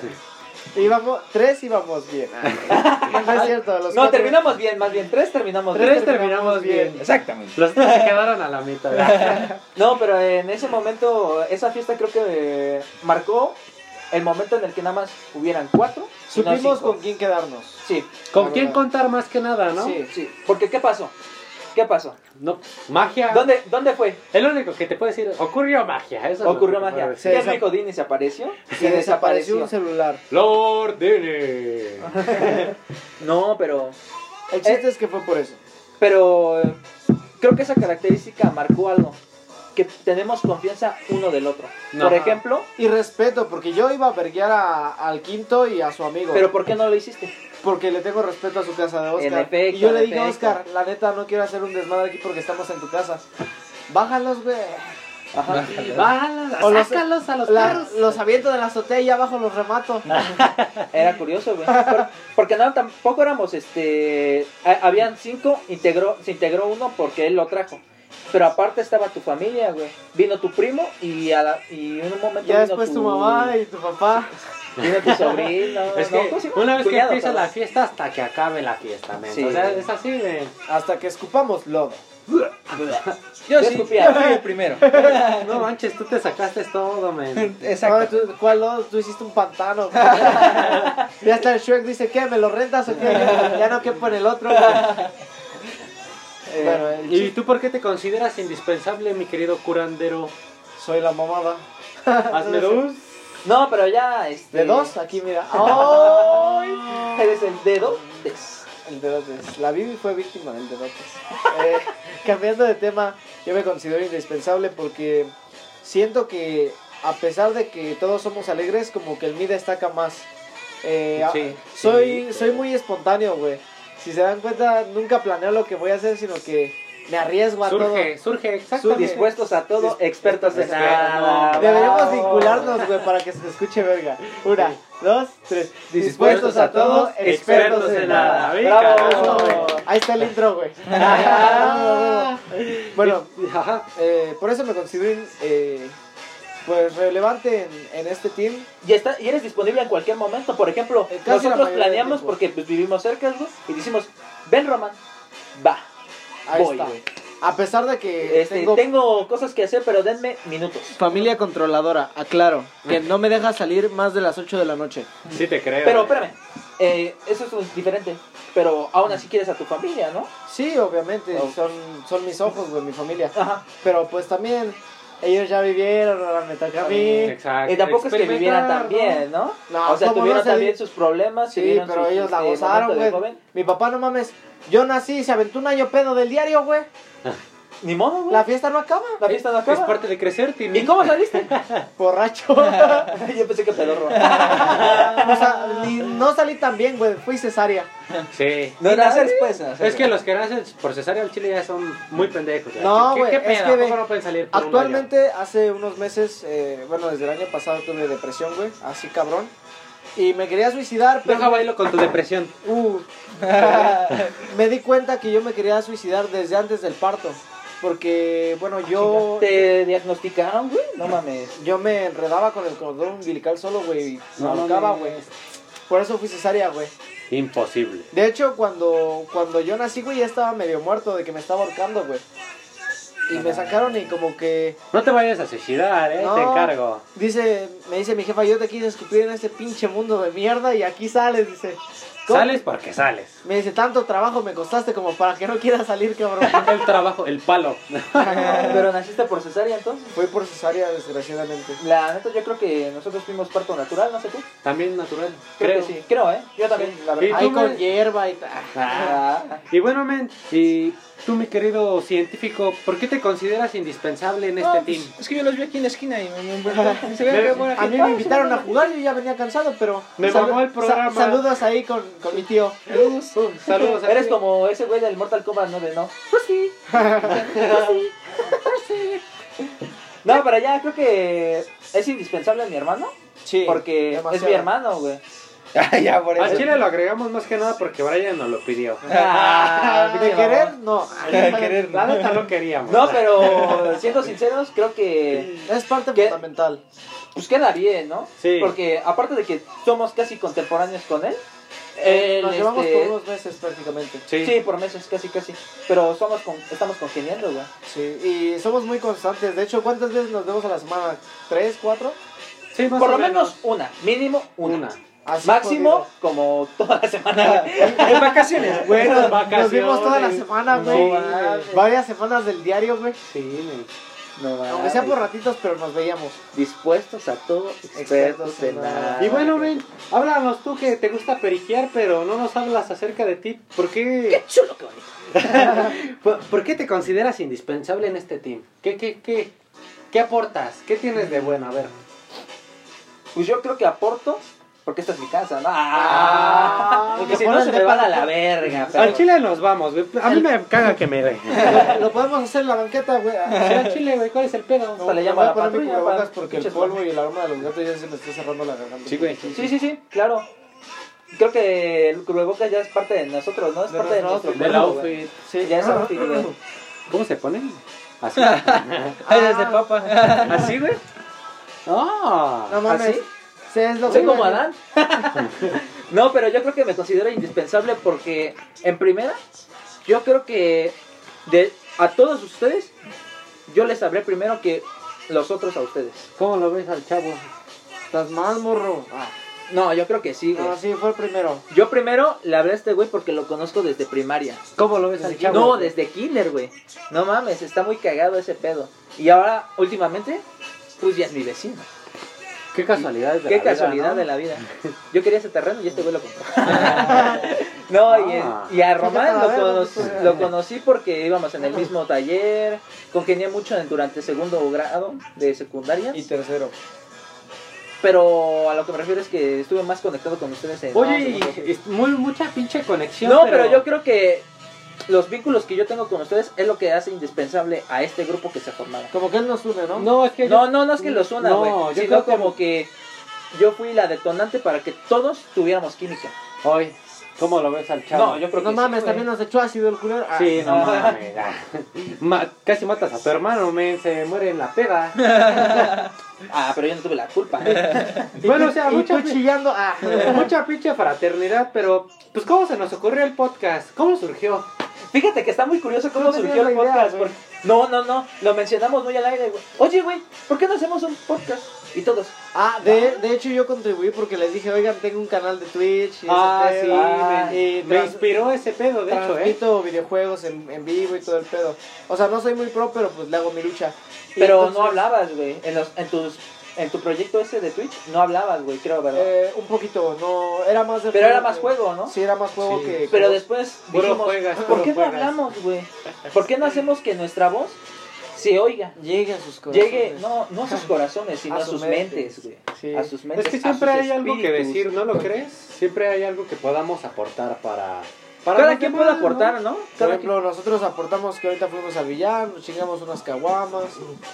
Speaker 4: Íbamos, tres íbamos bien.
Speaker 1: Ah,
Speaker 4: no es cierto. Los
Speaker 2: No,
Speaker 4: cuatro-
Speaker 2: terminamos bien, más bien. Tres terminamos
Speaker 1: bien.
Speaker 2: bien.
Speaker 1: Tres terminamos bien.
Speaker 3: Exactamente.
Speaker 1: Los tres se quedaron a la mitad. ¿verdad?
Speaker 2: No, pero en ese momento, esa fiesta creo que eh, marcó el momento en el que nada más hubieran cuatro. y no
Speaker 4: Supimos
Speaker 2: cinco.
Speaker 4: con quién quedarnos.
Speaker 2: Sí,
Speaker 1: ¿Con
Speaker 4: La
Speaker 1: quién
Speaker 4: verdad.
Speaker 1: contar más que nada, no?
Speaker 2: sí, sí. Porque ¿qué pasó? ¿Qué pasó?
Speaker 1: No, magia.
Speaker 2: ¿Dónde, dónde fue?
Speaker 1: El único que te puedo decir, ocurrió magia. Eso es lo
Speaker 2: Ocurrió
Speaker 1: que te puedo
Speaker 2: magia.
Speaker 1: decir.
Speaker 4: Sí,
Speaker 2: Ya
Speaker 4: esa-
Speaker 2: Rico Dini se apareció y
Speaker 4: Se
Speaker 2: desapareció.
Speaker 4: desapareció un celular.
Speaker 1: Lord Dini.
Speaker 2: No, pero
Speaker 4: El
Speaker 2: Eh.
Speaker 4: chiste es que fue por eso.
Speaker 2: Pero eh, creo que esa característica marcó algo. Que tenemos confianza uno del otro.
Speaker 1: No.
Speaker 2: Por ejemplo,
Speaker 4: Y respeto, porque yo iba a verguear a- al quinto y a su amigo.
Speaker 2: pero ¿por qué no lo hiciste?
Speaker 4: porque le tengo respeto a su casa de Oscar.
Speaker 2: En efecto,
Speaker 4: y yo le
Speaker 2: en
Speaker 4: dije a
Speaker 2: efecto.
Speaker 4: Oscar, la neta, no quiero hacer un desmadre aquí porque estamos en tu casa. Bájalos, güey.
Speaker 2: Ajá. Ah,
Speaker 4: O
Speaker 1: Bájalos,
Speaker 4: los-
Speaker 1: sácalos a los
Speaker 4: La-
Speaker 1: perros.
Speaker 4: los aviento de la azotea y abajo los remato.
Speaker 2: Era curioso, güey. Por- Porque no, tampoco éramos, este... a- habían cinco, integró, se integró uno porque él lo trajo. Pero aparte estaba tu familia, güey. Vino tu primo y, a la- y en un momento
Speaker 4: ya
Speaker 2: vino
Speaker 4: después tu mamá eh. y tu papá.
Speaker 2: Vino tu sobrino.
Speaker 1: Es
Speaker 2: ¿no?
Speaker 1: que
Speaker 2: ¿Cómo se llama?
Speaker 1: una vez que
Speaker 2: Cuñado,
Speaker 1: empieza
Speaker 2: perdón.
Speaker 1: la fiesta hasta que acabe la fiesta, men.
Speaker 2: Sí.
Speaker 1: O sea, es así de.
Speaker 4: Hasta que escupamos lodo.
Speaker 2: Yo
Speaker 3: Yo
Speaker 2: sí,
Speaker 3: escupía.
Speaker 2: yo
Speaker 3: fui el primero.
Speaker 1: No manches, tú te sacaste todo, men.
Speaker 4: No,
Speaker 3: Exacto.
Speaker 4: Ah, tú- ¿Cuál lodo? Tú hiciste un pantano. ya está el Shrek, dice, ¿qué? ¿Me lo rentas o qué? Ya no quepo en el otro.
Speaker 2: Eh,
Speaker 4: bueno, el
Speaker 1: ¿Y
Speaker 4: chiste-
Speaker 1: tú por qué te consideras indispensable, mi querido curandero?
Speaker 4: soy la mamada.
Speaker 1: Hazme dos.
Speaker 2: No, pero ya, este...
Speaker 4: De dos, aquí mira.
Speaker 2: ¡Ay! Eres el dedo.
Speaker 4: El Dedotes. La Bibi fue víctima del Dedotes. Eh, cambiando de tema, yo me considero indispensable porque siento que a pesar de que todos somos alegres, como que el mí destaca más. Eh, a-
Speaker 1: Sí,
Speaker 4: soy,
Speaker 1: sí.
Speaker 4: soy muy espontáneo, güey. Si se dan cuenta, nunca planeo lo que voy a hacer, sino que me arriesgo a todo.
Speaker 1: Surge, surge,
Speaker 2: Son
Speaker 1: exactamente.
Speaker 2: dispuestos a todo, expertos en
Speaker 1: Expertos.
Speaker 2: nada.
Speaker 4: Deberíamos
Speaker 2: Bravo.
Speaker 4: vincularnos, güey, para que se escuche verga. Una,
Speaker 1: Sí.
Speaker 4: dos, tres.
Speaker 2: Dispuestos a todo, expertos en nada.
Speaker 1: Ay,
Speaker 2: Bravo.
Speaker 1: carajo,
Speaker 4: Ahí está el intro, güey. bueno,
Speaker 1: Ajá.
Speaker 4: eh, por eso me considero eh, pues relevante en, en este team.
Speaker 2: Y, está, y eres disponible en cualquier momento. Por ejemplo,
Speaker 4: Eh, casi la
Speaker 2: nosotros
Speaker 4: mayoría del
Speaker 2: planeamos
Speaker 4: tiempo.
Speaker 2: porque pues, vivimos cerca ¿no? y decimos, ven Roman, va,
Speaker 4: Ahí
Speaker 2: voy.
Speaker 4: está.
Speaker 2: güey.
Speaker 4: A pesar de que
Speaker 2: Este,
Speaker 4: Eh, tengo
Speaker 2: tengo... cosas que hacer, pero denme minutos.
Speaker 4: familia controladora, aclaro, que no me deja salir más de las 8 de la noche.
Speaker 1: Sí te creo.
Speaker 2: Pero
Speaker 1: eh.
Speaker 2: espérame, eh, eso es un- diferente. Pero aún así quieres a tu familia, ¿no?
Speaker 4: Sí, obviamente,
Speaker 2: Oh.
Speaker 4: son, son mis ojos, güey, mi familia.
Speaker 2: Ajá.
Speaker 4: Pero pues también ellos ya vivieron, ahora me toca a mí.
Speaker 1: Exacto.
Speaker 2: Y tampoco es que vivieran
Speaker 1: Experimentar,
Speaker 2: tan bien, ¿no?
Speaker 4: No,
Speaker 2: o sea,
Speaker 4: ¿cómo
Speaker 2: tuvieron
Speaker 4: no se
Speaker 2: también
Speaker 4: di-
Speaker 2: sus problemas.
Speaker 4: Sí,
Speaker 2: tuvieron
Speaker 4: pero
Speaker 2: sus,
Speaker 4: ellos la
Speaker 2: este,
Speaker 4: gozaron,
Speaker 2: momentos de
Speaker 4: güey.
Speaker 2: joven.
Speaker 4: Mi papá, no mames, yo nací y se aventó un año pedo del diario, güey.
Speaker 2: Ni modo, güey.
Speaker 4: La
Speaker 2: La,
Speaker 4: fiesta no acaba.
Speaker 2: fiesta no
Speaker 1: ¿no? Es
Speaker 2: acaba.
Speaker 1: parte de crecer, Timmy.
Speaker 2: ¿Y cómo saliste?
Speaker 4: Borracho.
Speaker 2: Yo pensé que pedorro.
Speaker 4: O sea, ni- no salí tan bien, güey. Fui cesárea.
Speaker 1: Sí.
Speaker 3: No
Speaker 2: Mira,
Speaker 3: nacer pues. nacer.
Speaker 1: Es que los que nacen por cesárea al chile ya son muy pendejos. ya.
Speaker 4: No,
Speaker 1: ¿Qué-
Speaker 4: güey,
Speaker 1: ¿Qué,
Speaker 4: es
Speaker 1: pedo?
Speaker 4: que ve-
Speaker 1: ¿Cómo no pueden salir por un
Speaker 4: Actualmente, hace unos meses, eh, bueno, desde el año pasado tuve depresión, güey. Así cabrón. Y me quería suicidar,
Speaker 1: hoyo?
Speaker 4: pero.
Speaker 1: Deja bailo con tu depresión.
Speaker 4: Uh, me di cuenta que yo me quería suicidar desde antes del parto. Porque, bueno, yo.
Speaker 2: ¿Te diagnosticaron, güey? No mames.
Speaker 4: Yo me enredaba con el cordón umbilical solo, güey. Y me ahorcaba, güey. Por eso fui cesárea, güey.
Speaker 1: Imposible.
Speaker 4: De hecho, cuando, cuando yo nací, güey, ya estaba medio muerto de que me estaba ahorcando, güey. Y me sacaron y como que
Speaker 1: No te vayas a suicidar, eh. Te
Speaker 4: No.
Speaker 1: encargo.
Speaker 4: dice, me dice mi jefa, yo te quise escupir en este pinche mundo de mierda y aquí sales, dice. ¿Cómo?
Speaker 1: Sales porque sales.
Speaker 4: Me dice, tanto trabajo me costaste como para que no quiera salir, cabrón.
Speaker 1: El trabajo, el palo.
Speaker 2: Pero naciste por cesárea entonces.
Speaker 4: Fue por cesárea, desgraciadamente.
Speaker 2: La neta, yo creo que nosotros fuimos parto natural, no sé tú.
Speaker 1: También natural.
Speaker 2: Creo,
Speaker 1: Creo.
Speaker 2: que sí, creo, ¿eh? Yo también, la
Speaker 1: ¿Y
Speaker 2: verdad.
Speaker 1: tú,
Speaker 4: Ahí con
Speaker 1: me-
Speaker 4: hierba y tal.
Speaker 2: Ah,
Speaker 1: Y bueno, men, y tú, mi querido científico, ¿por qué te consideras indispensable en este
Speaker 3: No, pues,
Speaker 1: team?
Speaker 3: es que yo los vi aquí en la esquina y me, me, me- se veía que buena
Speaker 4: A mí
Speaker 3: gente.
Speaker 4: me invitaron a jugar, yo ya venía cansado, pero.
Speaker 1: Me
Speaker 4: salu-
Speaker 1: mamó el
Speaker 4: sa-
Speaker 1: programa.
Speaker 4: saludos ahí con, con mi tío.
Speaker 1: Saludos a
Speaker 2: Eres
Speaker 1: ti.
Speaker 2: como ese güey del Mortal Kombat 9, ¿no? Pues No, pero ya creo que es indispensable mi hermano.
Speaker 4: Sí.
Speaker 2: Porque es
Speaker 4: demasiado.
Speaker 2: mi hermano, güey.
Speaker 3: Ah, ya, por
Speaker 1: A
Speaker 3: eso.
Speaker 1: Chile lo agregamos más que nada porque Brian nos lo pidió.
Speaker 2: Ah,
Speaker 4: De
Speaker 2: pinche
Speaker 4: querer,
Speaker 2: mamón.
Speaker 4: no.
Speaker 3: De querer,
Speaker 1: La neta lo queríamos.
Speaker 2: No, pero siendo sinceros, creo que
Speaker 4: Es parte
Speaker 2: ¿Qué?
Speaker 4: fundamental.
Speaker 2: pues queda bien, ¿no?
Speaker 1: Sí.
Speaker 2: Porque aparte de que somos casi contemporáneos con él, él,
Speaker 4: Eh, Nos llevamos
Speaker 2: este,
Speaker 4: por dos meses prácticamente.
Speaker 1: Sí.
Speaker 2: Sí, por meses, casi, casi. Pero somos con- estamos congeniando, güey.
Speaker 4: Sí. Y somos muy constantes. De hecho, ¿cuántas veces nos vemos a la semana? ¿Tres, cuatro?
Speaker 1: Sí, más
Speaker 2: Por
Speaker 1: o
Speaker 2: lo menos una, mínimo una.
Speaker 1: una.
Speaker 4: Así
Speaker 2: Máximo
Speaker 4: jodido.
Speaker 2: como toda la semana. güey.
Speaker 3: En vacaciones.
Speaker 4: Bueno,
Speaker 1: Esas
Speaker 4: nos
Speaker 1: vacaciones.
Speaker 4: vimos toda la semana,
Speaker 1: No
Speaker 4: güey.
Speaker 1: mames.
Speaker 4: Varias semanas del diario, güey.
Speaker 1: Sí, men.
Speaker 2: No mames.
Speaker 4: Aunque sea por ratitos, pero nos veíamos.
Speaker 2: Dispuestos a todo, expertos
Speaker 4: Expertos en
Speaker 2: en nada.
Speaker 1: Y bueno, men, háblanos tú que te gusta periquear, pero no nos hablas acerca de ti. ¿Por qué,
Speaker 2: chulo, qué bonito.
Speaker 1: por, por qué te consideras indispensable en este team? ¿Qué, qué, qué, qué aportas? ¿Qué tienes de bueno? A ver.
Speaker 2: Pues yo creo que aporto, porque esta es mi casa, ¿no?
Speaker 4: Ah.
Speaker 2: porque si no se me van a la verga.
Speaker 1: Al
Speaker 2: pero-
Speaker 1: Chile nos vamos. güey. A mí me caga que me den.
Speaker 4: Lo- Lo podemos hacer en la banqueta, güey.
Speaker 1: Al Chile, güey, ¿cuál es el pedo?
Speaker 2: Hasta le
Speaker 4: me
Speaker 2: llamo
Speaker 4: voy
Speaker 2: a la
Speaker 4: a poner mi
Speaker 2: patrulla
Speaker 4: cubrebocas
Speaker 2: para-
Speaker 4: porque el
Speaker 2: pinches
Speaker 4: polvo y el aroma de los gatos ya se me está cerrando la garganta.
Speaker 1: Sí, güey.
Speaker 2: Sí, sí, sí, claro. Creo que el cubrebocas ya es parte de nosotros, ¿no? Es
Speaker 4: De
Speaker 2: parte de
Speaker 4: nosotros,
Speaker 2: nuestro
Speaker 1: Del
Speaker 2: cuerpo, güey.
Speaker 1: outfit.
Speaker 2: Sí, ya es outfit, güey. Ah,
Speaker 1: ¿Cómo se pone? Así.
Speaker 3: Ay,
Speaker 4: Ah,
Speaker 3: desde papa.
Speaker 1: ¿Así, güey? Ah.
Speaker 4: No mames.
Speaker 2: ¿Así?
Speaker 4: Sí, es lo
Speaker 2: Soy
Speaker 4: que
Speaker 2: como
Speaker 4: iba a
Speaker 2: Adán. no, pero yo creo que me considero indispensable porque, en primera, yo creo que de, a todos ustedes, yo les hablé primero que los otros a ustedes.
Speaker 1: ¿Cómo lo ves al chavo?
Speaker 4: decir. Estás más morro. Ah,
Speaker 2: No, yo creo que sí, güey.
Speaker 4: no, sí, fue el primero.
Speaker 2: Yo primero le hablé a este güey porque lo conozco desde primaria.
Speaker 1: ¿Cómo lo ves al chavo?
Speaker 2: No, desde kinder, güey. No mames, está muy cagado ese pedo. Y ahora, últimamente, pues ya es mi vecino.
Speaker 1: Qué casualidad de
Speaker 2: Qué
Speaker 1: la vida,
Speaker 2: casualidad
Speaker 1: ¿no?
Speaker 2: de la vida. Yo quería ese terreno y este güey lo compró. no,
Speaker 1: Ah.
Speaker 2: y, y a
Speaker 4: Fíjate,
Speaker 2: Román
Speaker 4: a
Speaker 2: lo,
Speaker 4: ver,
Speaker 2: conoc-
Speaker 4: pues, eh.
Speaker 2: lo conocí porque íbamos en el mismo taller, congenié mucho en- durante segundo grado de secundaria,
Speaker 3: Y tercero.
Speaker 2: pero a lo que me refiero es que estuve más conectado con ustedes en... no,
Speaker 1: Oye,
Speaker 2: segundo.
Speaker 1: y- es muy, mucha pinche conexión.
Speaker 2: no, pero yo creo que los vínculos que yo tengo con ustedes es lo que hace indispensable a este grupo que se ha formado.
Speaker 4: Como que él nos une, ¿no?
Speaker 1: No, es que
Speaker 2: No,
Speaker 1: yo-
Speaker 2: no, no es que los una,
Speaker 1: No,
Speaker 2: güey.
Speaker 1: yo
Speaker 2: sino
Speaker 1: creo que-
Speaker 2: como que yo fui la detonante para que todos tuviéramos química.
Speaker 1: Hoy, ¿cómo lo ves al chavo?
Speaker 2: No, yo creo
Speaker 4: Pues No
Speaker 2: que
Speaker 4: mames,
Speaker 2: sí, güey.
Speaker 4: también nos echó ácido el culero. Ah,
Speaker 1: Sí, no
Speaker 2: Ah.
Speaker 1: mames. ah. Ma- casi matas a tu hermano, men, se muere en la peda.
Speaker 2: Ah, pero yo no tuve la culpa.
Speaker 1: bueno, o sea,
Speaker 4: Y
Speaker 1: mucha,
Speaker 4: tú chillando. Ah,
Speaker 1: mucha pinche fraternidad, pero pues ¿cómo se nos ocurrió el podcast? ¿Cómo surgió?
Speaker 2: Fíjate que está muy curioso cómo
Speaker 4: No tenía
Speaker 2: surgió el
Speaker 4: la idea,
Speaker 2: podcast.
Speaker 4: güey.
Speaker 2: porque- No, no, no. Lo mencionamos muy al aire, güey. Oye, güey, ¿por qué no hacemos un podcast? Y todos.
Speaker 4: ah de, de hecho yo contribuí porque les dije, oigan, tengo un canal de Twitch. y ese pedo".
Speaker 2: ah,
Speaker 1: me,
Speaker 4: y
Speaker 1: me
Speaker 4: tras-
Speaker 1: inspiró ese pedo, de hecho, ¿eh?
Speaker 4: Transmito videojuegos en, en vivo y todo el pedo. O sea, no soy muy pro, pero pues le hago mi lucha. Y
Speaker 2: Pero no
Speaker 4: entonces,
Speaker 2: hablabas, güey. En, los- en, tus- en tu proyecto ese de Twitch no hablabas, güey, creo, ¿verdad?
Speaker 4: eh, un poquito, no. Era más de
Speaker 2: pero era
Speaker 4: juego
Speaker 2: más
Speaker 4: que-
Speaker 2: juego, ¿no?
Speaker 4: Sí, era más juego
Speaker 1: Sí.
Speaker 4: que.
Speaker 2: Pero
Speaker 4: que-
Speaker 2: después
Speaker 1: Puro
Speaker 2: dijimos,
Speaker 1: juegas,
Speaker 2: ¿por
Speaker 1: puro
Speaker 2: qué
Speaker 1: juegas.
Speaker 2: no hablamos, güey? ¿Por qué no hacemos que nuestra voz se oiga?
Speaker 4: Llegue a sus cosas.
Speaker 2: Llegue, no, no a sus corazones, sino a,
Speaker 4: A
Speaker 2: sus
Speaker 4: sus
Speaker 2: mentes, güey.
Speaker 4: Sí.
Speaker 2: A sus mentes.
Speaker 1: Es que
Speaker 2: a
Speaker 1: siempre
Speaker 2: sus
Speaker 1: hay algo que
Speaker 2: espíritus.
Speaker 1: decir, ¿no lo crees? Siempre hay algo que podamos aportar para... para
Speaker 2: Cada
Speaker 1: los
Speaker 2: quien
Speaker 1: demás,
Speaker 2: puede
Speaker 1: ¿no?
Speaker 2: aportar, ¿no?
Speaker 4: Por
Speaker 2: Cada quien.
Speaker 4: ejemplo, nosotros aportamos que ahorita fuimos a Villar, nos chingamos unas caguamas.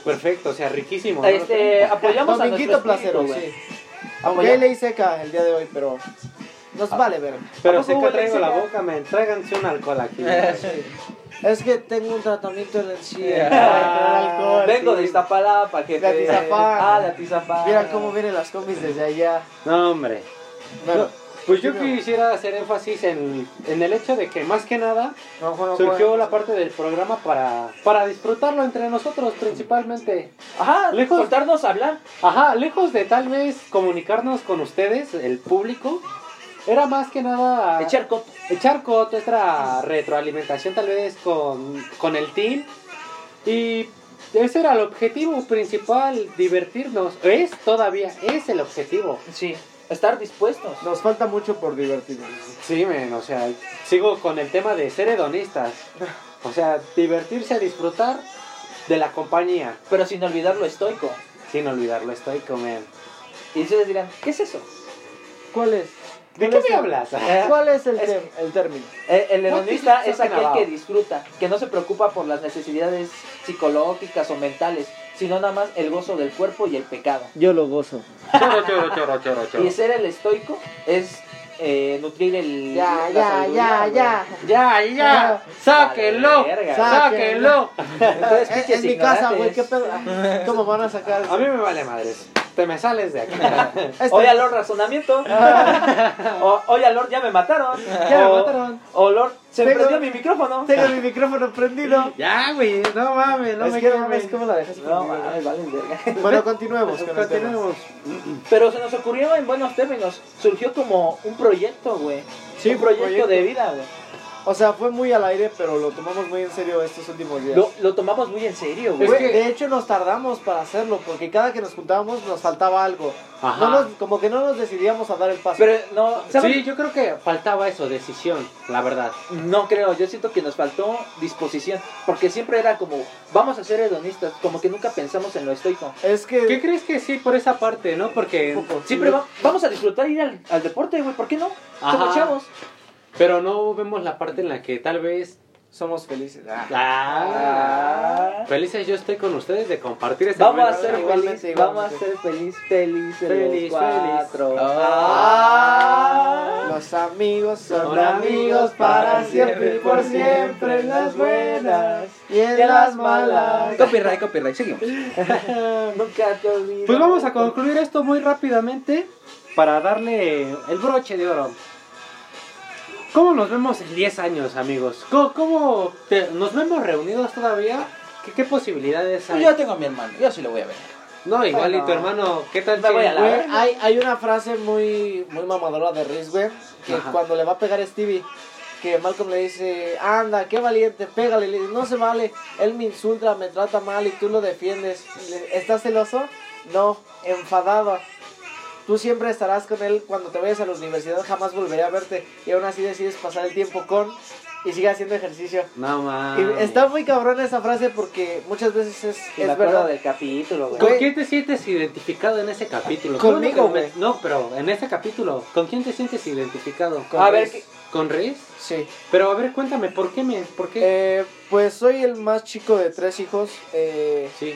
Speaker 1: Perfecto, o sea, riquísimo. ¿no?
Speaker 2: Este, apoyamos a nuestro
Speaker 4: Dominguito
Speaker 2: espíritu,
Speaker 4: placero,
Speaker 2: güey.
Speaker 4: sí. Aunque ahí leí seca el día de hoy, pero nos
Speaker 2: Ah.
Speaker 4: vale ver.
Speaker 1: Pero
Speaker 2: ¿A
Speaker 1: si que
Speaker 2: poco huele
Speaker 1: traigo la
Speaker 2: seca?
Speaker 1: boca, me tráiganse un alcohol aquí. güey.
Speaker 4: Es que tengo un tratamiento en la encía.
Speaker 1: Ah,
Speaker 4: Para alcohol,
Speaker 2: Vengo
Speaker 4: sí.
Speaker 2: de Iztapalapa, que
Speaker 4: De Atizapán.
Speaker 2: Ah, de Atizapán.
Speaker 4: Mira cómo vienen las combis desde allá.
Speaker 1: No, hombre.
Speaker 4: Bueno,
Speaker 1: Pues yo
Speaker 4: Sí, no.
Speaker 1: quisiera hacer énfasis en, en el hecho de que más que nada
Speaker 4: no, Juan, no,
Speaker 1: surgió
Speaker 4: Juan.
Speaker 1: la parte del programa para, para disfrutarlo entre nosotros principalmente.
Speaker 2: Ajá,
Speaker 1: Lejos.
Speaker 2: soltarnos a hablar.
Speaker 1: Ajá, lejos de tal vez comunicarnos con ustedes, el público, Era más que nada.
Speaker 2: Echar coto.
Speaker 1: echar coto, esta retroalimentación tal vez con, con el team. Y ese era el objetivo principal, divertirnos. Es todavía, es el objetivo.
Speaker 2: Sí, estar dispuestos.
Speaker 4: Nos falta mucho por divertirnos.
Speaker 1: Sí, men, o sea, sigo con el tema de ser hedonistas. O sea, divertirse, disfrutar de la compañía.
Speaker 2: Pero sin olvidar lo estoico.
Speaker 1: Sin olvidarlo, estoy con él.
Speaker 2: Y ustedes dirán, ¿qué es eso?
Speaker 4: ¿Cuál es?
Speaker 1: ¿De
Speaker 4: ¿Cuál
Speaker 1: qué
Speaker 4: es
Speaker 1: me
Speaker 4: el-
Speaker 1: hablas?
Speaker 2: Eh,
Speaker 4: ¿Cuál es el,
Speaker 2: Es-
Speaker 4: tem- el término?
Speaker 2: Eh, El hedonista
Speaker 1: What is
Speaker 2: es aquel
Speaker 1: about?
Speaker 2: que disfruta, que no se preocupa por las necesidades psicológicas o mentales, sino nada más el gozo del cuerpo y el pecado.
Speaker 5: Yo lo gozo.
Speaker 2: Y ser el estoico es eh, nutrir el...
Speaker 4: Ya,
Speaker 2: la
Speaker 4: ya,
Speaker 2: sabiduría,
Speaker 4: ya,
Speaker 2: güey.
Speaker 4: ya.
Speaker 1: Ya, ya, sáquenlo,
Speaker 2: Verga.
Speaker 1: sáquenlo.
Speaker 2: Entonces,
Speaker 4: En,
Speaker 2: pinches
Speaker 4: en mi casa, güey,
Speaker 2: ignorantes.
Speaker 4: ¿qué pedo? Ah, ¿Cómo van a sacar?
Speaker 1: A mí me vale madres. Te me sales de aquí.
Speaker 4: Este- Ah.
Speaker 2: Oye, Lord, razonamiento. O- Oye, Lord, ya me mataron.
Speaker 4: Ya me
Speaker 2: O-
Speaker 4: mataron.
Speaker 2: O Lord, se
Speaker 4: Tengo-
Speaker 2: prendió mi micrófono.
Speaker 4: Tengo mi micrófono prendido.
Speaker 1: ya, güey, no mames, no
Speaker 4: es
Speaker 1: me
Speaker 4: que no
Speaker 1: quemes.
Speaker 4: mames, ¿cómo la dejas
Speaker 2: No,
Speaker 4: prendida?
Speaker 2: mames, valen verga.
Speaker 4: Bueno, continuemos con el tema.
Speaker 1: Continuemos.
Speaker 2: Pero se nos ocurrió en buenos términos. Surgió como un proyecto, güey.
Speaker 4: Sí,
Speaker 2: un proyecto,
Speaker 4: proyecto.
Speaker 2: de vida, güey.
Speaker 4: O sea, fue muy al aire, pero lo tomamos muy en serio estos últimos días.
Speaker 2: Lo, lo tomamos muy en serio, güey.
Speaker 4: Güey,
Speaker 1: que-
Speaker 4: De hecho, nos tardamos para hacerlo, porque cada que nos juntábamos nos faltaba algo.
Speaker 1: Ajá.
Speaker 4: No nos- como que no nos decidíamos a dar el paso.
Speaker 2: Pero no, ¿saben?
Speaker 1: Sí, yo creo que faltaba eso, decisión, la verdad.
Speaker 2: No creo, yo siento que nos faltó disposición. Porque siempre era como, vamos a ser hedonistas. Como que nunca pensamos en lo estoico.
Speaker 4: es que...
Speaker 1: ¿Qué crees que sí por esa parte, no? Porque
Speaker 2: Siempre va- vamos a disfrutar ir al, al deporte, güey. ¿Por qué no? Somos
Speaker 1: Ajá.
Speaker 2: chavos.
Speaker 1: Pero no vemos la parte en la que tal vez.
Speaker 4: Somos felices. Ah.
Speaker 1: Ah. Felices yo estoy con ustedes de compartir este
Speaker 2: Vamos a
Speaker 1: momento.
Speaker 2: ser
Speaker 4: Igualmente,
Speaker 2: feliz,
Speaker 4: igualmente.
Speaker 2: vamos a ser feliz, feliz,
Speaker 1: Feliz,
Speaker 2: feliz, cuatro.
Speaker 1: feliz.
Speaker 2: Ah.
Speaker 4: Los amigos son
Speaker 1: Son
Speaker 4: amigos para
Speaker 1: amigos
Speaker 4: siempre y por siempre en las buenas y en las malas.
Speaker 3: Copyright, copyright, seguimos.
Speaker 5: Pues
Speaker 2: Nunca te olvides.
Speaker 1: Pues vamos a concluir esto muy rápidamente para darle el broche de oro. ¿Cómo nos vemos en 10 años, amigos? ¿Cómo, cómo te- nos vemos reunidos todavía? ¿Qué, qué posibilidades hay?
Speaker 3: Yo tengo a mi hermano, yo sí lo voy a ver.
Speaker 1: No, igual y tu
Speaker 4: Bueno.
Speaker 1: hermano, ¿qué tal
Speaker 2: Me
Speaker 1: si-
Speaker 2: voy a la-
Speaker 4: Güey, hay, hay una frase muy, muy mamadora de Riz, güey, que
Speaker 1: Ajá.
Speaker 4: cuando le va a pegar a Stevie, que Malcolm le dice, anda, qué valiente, pégale, le dice, no se vale, él me insulta, me trata mal y tú lo defiendes. Le- ¿Estás celoso? No, enfadado. Tú siempre estarás con él cuando te vayas a la universidad, jamás volveré a verte y aún así decides pasar el tiempo con y sigue haciendo ejercicio.
Speaker 1: No,
Speaker 4: Y
Speaker 1: mames.
Speaker 4: está muy cabrón esa frase porque muchas veces es,
Speaker 2: Ah, Y me
Speaker 4: es
Speaker 2: acuerdo
Speaker 4: verdad.
Speaker 2: del capítulo, güey.
Speaker 1: ¿Con
Speaker 4: Güey.
Speaker 1: quién te sientes identificado en ese capítulo?
Speaker 4: Conmigo,
Speaker 1: Creo que-
Speaker 4: güey.
Speaker 1: No, pero en ese capítulo, ¿con quién te sientes identificado?
Speaker 4: Con
Speaker 2: a ver,
Speaker 4: Riz.
Speaker 2: ¿qué-
Speaker 1: ¿Con Riz?
Speaker 4: Sí.
Speaker 1: Pero a ver, cuéntame, ¿por qué me...? ¿Por qué?
Speaker 4: Eh, pues soy el más chico de tres hijos. eh,
Speaker 1: sí.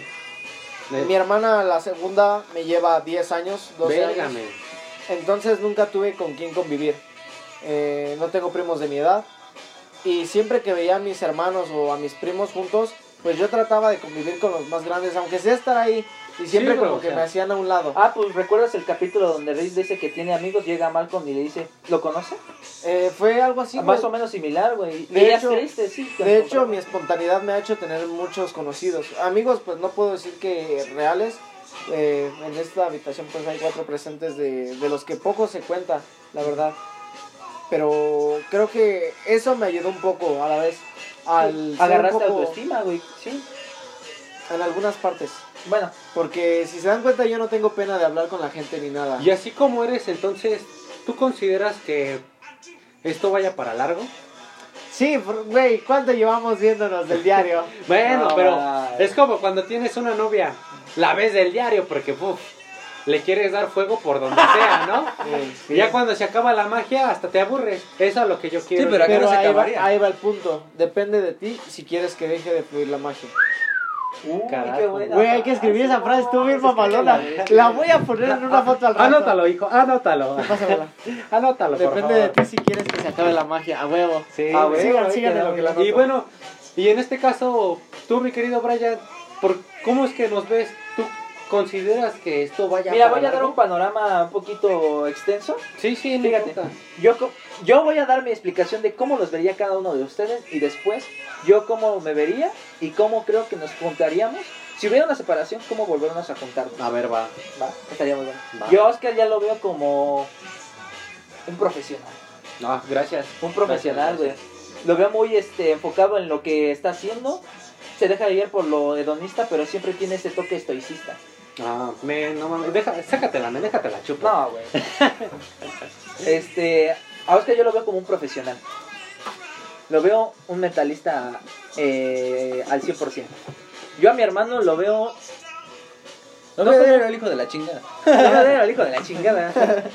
Speaker 1: Eh,
Speaker 4: Mi hermana, la segunda, me lleva 10 años, 12 años.
Speaker 1: Vérgame.
Speaker 4: Entonces nunca tuve con quién convivir. Eh, no tengo primos de mi edad. Y siempre que veía a mis hermanos o a mis primos juntos, pues yo trataba de convivir con los más grandes, aunque sea estar ahí. Y siempre
Speaker 1: Sí, güey,
Speaker 4: como
Speaker 1: o
Speaker 4: que
Speaker 1: sea.
Speaker 4: me hacían a un lado.
Speaker 2: Ah, pues recuerdas el capítulo donde Riz dice que tiene amigos, llega Malcolm y le dice, ¿lo conoce?
Speaker 4: Eh, fue algo así.
Speaker 2: Ah, Más
Speaker 4: güey.
Speaker 2: o menos similar, güey.
Speaker 4: De
Speaker 2: Y ella es
Speaker 4: hecho-
Speaker 2: triste, sí. que
Speaker 4: De
Speaker 2: nos
Speaker 4: hecho,
Speaker 2: compró.
Speaker 4: mi espontaneidad me ha hecho tener muchos conocidos. Amigos, pues no puedo decir que reales. Eh, en esta habitación pues hay cuatro presentes de, de los que poco se cuenta, la verdad. Pero creo que eso me ayudó un poco a la vez. Al ser
Speaker 2: Agarraste
Speaker 4: un poco-
Speaker 2: autoestima, güey. Sí.
Speaker 4: En algunas partes.
Speaker 2: Bueno,
Speaker 4: Porque si se dan cuenta yo no tengo pena de hablar con la gente ni nada.
Speaker 1: Y así como eres, entonces, ¿tú consideras que esto vaya para largo?
Speaker 4: Sí, por- güey, ¿cuánto llevamos viéndonos del diario?
Speaker 1: Bueno,
Speaker 2: No,
Speaker 1: pero
Speaker 2: vale.
Speaker 1: es como cuando tienes una novia, la ves del diario porque, puf, le quieres dar fuego por donde sea, ¿no?
Speaker 4: Sí.
Speaker 1: Y ya cuando se acaba la magia, hasta te aburres. Eso es lo que yo quiero.
Speaker 3: pero acá-
Speaker 4: Pero
Speaker 3: no se
Speaker 4: ahí va,
Speaker 3: acabaría.
Speaker 4: ahí va el punto. Depende de ti si quieres que deje de fluir la magia.
Speaker 2: uy,
Speaker 1: Carajo.
Speaker 2: qué buena. Ah,
Speaker 4: Güey, hay que escribir esa frase tú mismo, Palona. La voy a poner en una foto al rato.
Speaker 1: Anótalo, hijo, anótalo.
Speaker 4: Pásamela.
Speaker 1: Anótalo, por
Speaker 4: Depende de
Speaker 1: favor.
Speaker 4: ti si quieres que se acabe la magia. A huevo.
Speaker 1: Sí,
Speaker 4: a
Speaker 1: güey.
Speaker 4: Sigan,
Speaker 1: Ahí
Speaker 4: sigan en
Speaker 1: quedamos.
Speaker 4: lo que la
Speaker 1: Y
Speaker 4: anoto.
Speaker 1: bueno, y en este caso, tú, mi querido Brian, ¿por ¿cómo es que nos ves? ¿Tú consideras que esto vaya
Speaker 2: Mira,
Speaker 1: para
Speaker 2: voy a dar
Speaker 1: largo?
Speaker 2: un panorama un poquito extenso.
Speaker 1: Sí, sí, no
Speaker 2: Fíjate.
Speaker 1: importa.
Speaker 2: Yo, co- yo voy a dar mi explicación de cómo los vería cada uno de ustedes y después yo cómo me vería y cómo creo que nos juntaríamos. Si hubiera una separación, cómo volvernos a juntarnos.
Speaker 1: A ver, va.
Speaker 2: Va, estaría muy bueno.
Speaker 1: Va.
Speaker 2: Yo a Oscar ya lo veo como un profesional.
Speaker 1: No, gracias.
Speaker 2: Un profesional, güey.
Speaker 1: Gracias,
Speaker 2: Lo veo muy este, enfocado en lo que está haciendo. Se deja guiar por lo hedonista, pero siempre tiene ese toque estoicista.
Speaker 1: Ah, men, no mames. Deja, sácatela, men, déjatela, chupa.
Speaker 2: No, güey. este, a Oscar yo lo veo como un profesional. Lo veo un metalista eh, al 100%. Yo a mi hermano lo veo...
Speaker 5: No me den el hijo de la chingada.
Speaker 2: Yo lo veo al hijo de la chingada.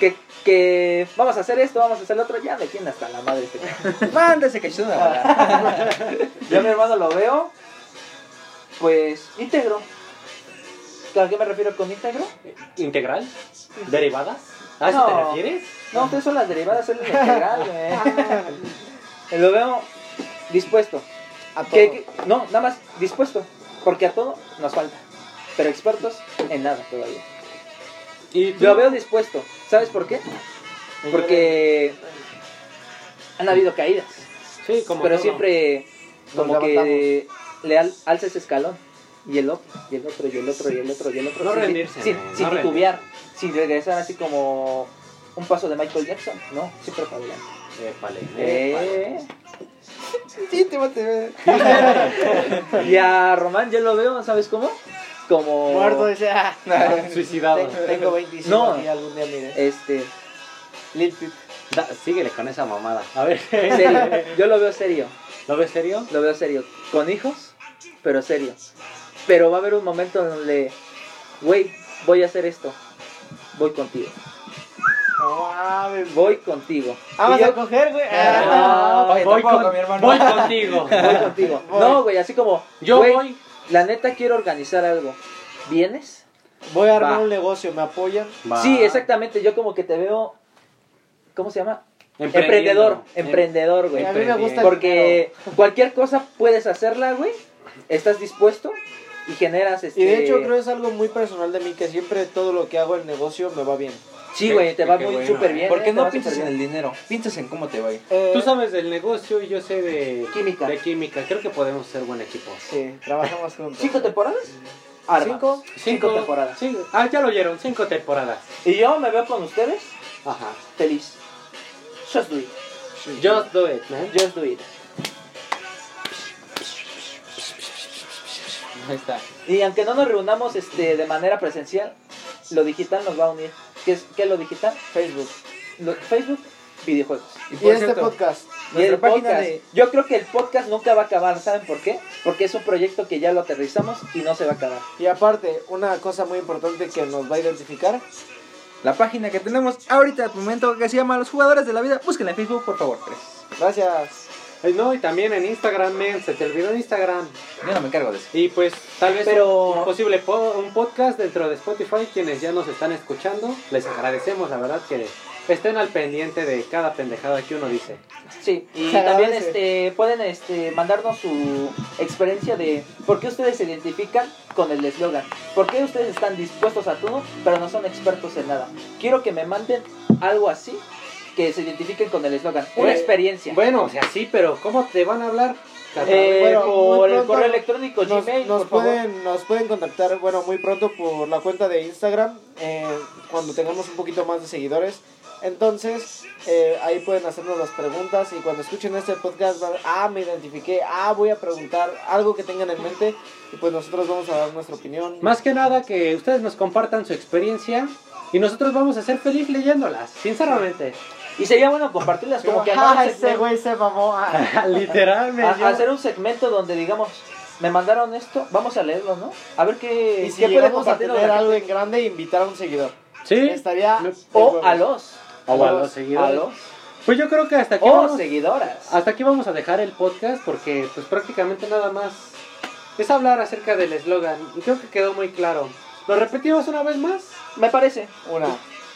Speaker 2: Que, que vamos a hacer esto, vamos a hacer lo otro. Ya me tiene hasta la madre. este cabrón.
Speaker 5: Mándese cachito
Speaker 2: Yo a mi hermano lo veo, pues íntegro. ¿A qué me refiero con íntegro?
Speaker 1: ¿Integral? ¿Derivadas? ¿A eso te
Speaker 2: No.
Speaker 1: refieres?
Speaker 2: No, ustedes son las derivadas, son el integral,
Speaker 4: Ah.
Speaker 2: güey. Lo veo dispuesto.
Speaker 4: A todo.
Speaker 2: Que- que- no, nada más dispuesto, porque a todo nos falta. Pero expertos en nada todavía.
Speaker 1: ¿Y tú?
Speaker 2: Lo veo dispuesto. ¿Sabes por qué? Porque han habido caídas,
Speaker 1: Sí, como
Speaker 2: pero
Speaker 1: todo.
Speaker 2: siempre como
Speaker 4: Nos
Speaker 2: que le al- alza ese escalón. Y el otro, y el otro, y el otro, y el otro, y el otro.
Speaker 1: No
Speaker 2: sin-
Speaker 1: rendirse,
Speaker 2: Sin,
Speaker 1: no
Speaker 2: sin
Speaker 1: rendirse.
Speaker 2: titubear, sin regresar así como un paso de Michael Jackson. No, siempre para adelante.
Speaker 1: Épale, épale.
Speaker 2: Eh. y a Román yo lo veo, ¿sabes cómo? Como
Speaker 4: Muerto, dice. ah,
Speaker 1: Ah, Suicidado.
Speaker 4: ten- tengo 25
Speaker 2: No.
Speaker 4: y algún día mire.
Speaker 2: este
Speaker 4: Eh, Lil Peep.
Speaker 1: Da- síguele con esa mamada. A ver,
Speaker 2: serio. Yo lo veo serio,
Speaker 1: ¿lo ves serio?
Speaker 2: lo veo serio, con hijos, pero serio. Pero va a haber un momento donde güey, voy a hacer esto. Voy contigo.
Speaker 4: No mames.
Speaker 2: Voy contigo.
Speaker 4: Ah, vas
Speaker 2: Y yo-
Speaker 4: a coger, güey.
Speaker 2: Ah,
Speaker 4: Ah,
Speaker 5: Oye,
Speaker 1: voy,
Speaker 5: tampoco,
Speaker 1: con-
Speaker 5: mi hermano.
Speaker 1: voy contigo.
Speaker 2: voy contigo.
Speaker 4: Voy.
Speaker 2: No, güey, así como
Speaker 1: Yo
Speaker 2: güey,
Speaker 1: voy.
Speaker 2: La neta quiero organizar algo. ¿Vienes?
Speaker 4: Voy a armar
Speaker 1: Va.
Speaker 4: un negocio, ¿me apoyan?
Speaker 1: Va.
Speaker 2: Sí, exactamente. Yo como que te veo. ¿Cómo se llama?
Speaker 1: Emprendiendo. Em-
Speaker 2: Emprendedor. Emprendedor, güey.
Speaker 4: a mí me gusta el
Speaker 2: Porque cualquier cosa puedes hacerla, güey. Estás dispuesto y generas este.
Speaker 4: Y de hecho creo que es algo muy personal de mí que siempre todo lo que hago en negocio me va bien.
Speaker 2: Sí, güey, te va
Speaker 1: Qué
Speaker 2: muy
Speaker 1: bueno,
Speaker 2: súper
Speaker 1: ¿eh?
Speaker 2: bien.
Speaker 5: ¿Por
Speaker 2: eh,
Speaker 5: qué
Speaker 2: te
Speaker 5: no
Speaker 2: va
Speaker 5: piensas en
Speaker 2: súper
Speaker 5: el
Speaker 2: bien.
Speaker 5: dinero? Piensas en cómo te va a ir.
Speaker 3: Eh,
Speaker 1: Tú sabes del negocio y yo sé de
Speaker 2: Química.
Speaker 1: De química. Creo que podemos ser buen equipo.
Speaker 4: Sí, trabajamos juntos.
Speaker 2: ¿Cinco temporadas? Armas.
Speaker 4: Cinco.
Speaker 2: Cinco temporadas.
Speaker 1: sí. Ah, ya lo oyeron. Cinco temporadas.
Speaker 2: Y yo me veo con ustedes
Speaker 1: Ajá.
Speaker 2: feliz. Just do it.
Speaker 1: Just do it, man.
Speaker 2: Just do it.
Speaker 5: Ahí está.
Speaker 2: Y aunque no nos reunamos este, de manera presencial, lo digital nos va a unir. ¿Qué es, qué es lo digital?
Speaker 4: Facebook.
Speaker 2: Lo- Facebook, videojuegos.
Speaker 5: Y
Speaker 4: Y
Speaker 5: por
Speaker 4: este
Speaker 5: cierto,
Speaker 4: podcast.
Speaker 2: Y el
Speaker 4: Nuestra página
Speaker 2: podcast.
Speaker 4: de
Speaker 2: Yo creo que el podcast nunca va a acabar, ¿saben por qué? Porque es un proyecto que ya lo aterrizamos y no se va a acabar.
Speaker 4: Y aparte, una cosa muy importante que nos va a identificar.
Speaker 5: la página que tenemos ahorita de momento que se llama Los Jugadores de la Vida, búsquenla en Facebook, por favor. Pérez.
Speaker 4: Gracias.
Speaker 1: Eh, No, y también en Instagram, men. Se te olvidó en Instagram.
Speaker 5: Yo no me encargo de eso.
Speaker 1: Y pues tal vez
Speaker 2: Pero-
Speaker 1: un posible po- un podcast dentro de Spotify, quienes ya nos están escuchando, les agradecemos la verdad que estén al pendiente de cada pendejada que uno dice.
Speaker 2: Sí, y
Speaker 4: Se agradece.
Speaker 2: también este, pueden este, mandarnos su experiencia de por qué ustedes se identifican con el eslogan. ¿Por qué ustedes están dispuestos a todo, pero no son expertos en nada? Quiero que me manden algo así que se identifiquen con el eslogan. Una
Speaker 1: Güey,
Speaker 2: experiencia.
Speaker 1: Bueno, o sea, sí, pero ¿cómo te van a hablar?
Speaker 2: Eh,
Speaker 4: Bueno, muy
Speaker 2: por el
Speaker 4: pronto
Speaker 2: correo electrónico,
Speaker 4: Nos,
Speaker 2: Gmail,
Speaker 4: nos
Speaker 2: por favor.
Speaker 4: pueden, nos pueden contactar, bueno, muy pronto por la cuenta de Instagram, eh, cuando tengamos un poquito más de seguidores. Entonces, eh, ahí pueden hacernos las preguntas y cuando escuchen este podcast, van, ah, me identifiqué, ah, voy a preguntar algo que tengan en mente y pues nosotros vamos a dar nuestra opinión.
Speaker 1: Más que nada que ustedes nos compartan su experiencia y nosotros vamos a ser feliz leyéndolas, sinceramente.
Speaker 2: Y sería bueno compartirlas como que
Speaker 4: Ah,
Speaker 2: armar un
Speaker 4: ese
Speaker 2: segmento-
Speaker 4: güey se mamó. ah.
Speaker 1: Literalmente.
Speaker 2: a- hacer un segmento donde digamos, me mandaron esto, vamos a leerlo, ¿no? A ver qué,
Speaker 4: Y si
Speaker 2: qué puede
Speaker 4: llegamos a
Speaker 2: compartir
Speaker 4: tener algo en grande, invitar a un seguidor.
Speaker 1: Sí.
Speaker 4: Estaría...
Speaker 1: No.
Speaker 4: de
Speaker 2: o
Speaker 4: huevos.
Speaker 2: a los,
Speaker 1: O a los
Speaker 2: a
Speaker 1: seguidores.
Speaker 2: los
Speaker 1: Pues yo creo que hasta aquí
Speaker 2: o
Speaker 1: vamos-
Speaker 2: seguidoras.
Speaker 1: Hasta aquí vamos a dejar el podcast porque pues prácticamente nada más es hablar acerca del eslogan y creo que quedó muy claro. ¿Lo repetimos una vez más?
Speaker 2: Me parece.
Speaker 4: Una,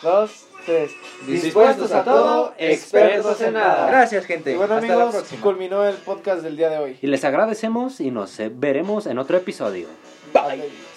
Speaker 4: dos, tres.
Speaker 1: Dispuestos a todo, expertos en
Speaker 3: Ah.
Speaker 1: nada.
Speaker 5: Gracias, gente.
Speaker 4: Y bueno
Speaker 5: Hasta la
Speaker 4: amigos,
Speaker 5: próxima.
Speaker 4: culminó el podcast del día de hoy.
Speaker 1: Y les agradecemos y nos eh, veremos en otro episodio.
Speaker 2: Bye.
Speaker 4: Adiós.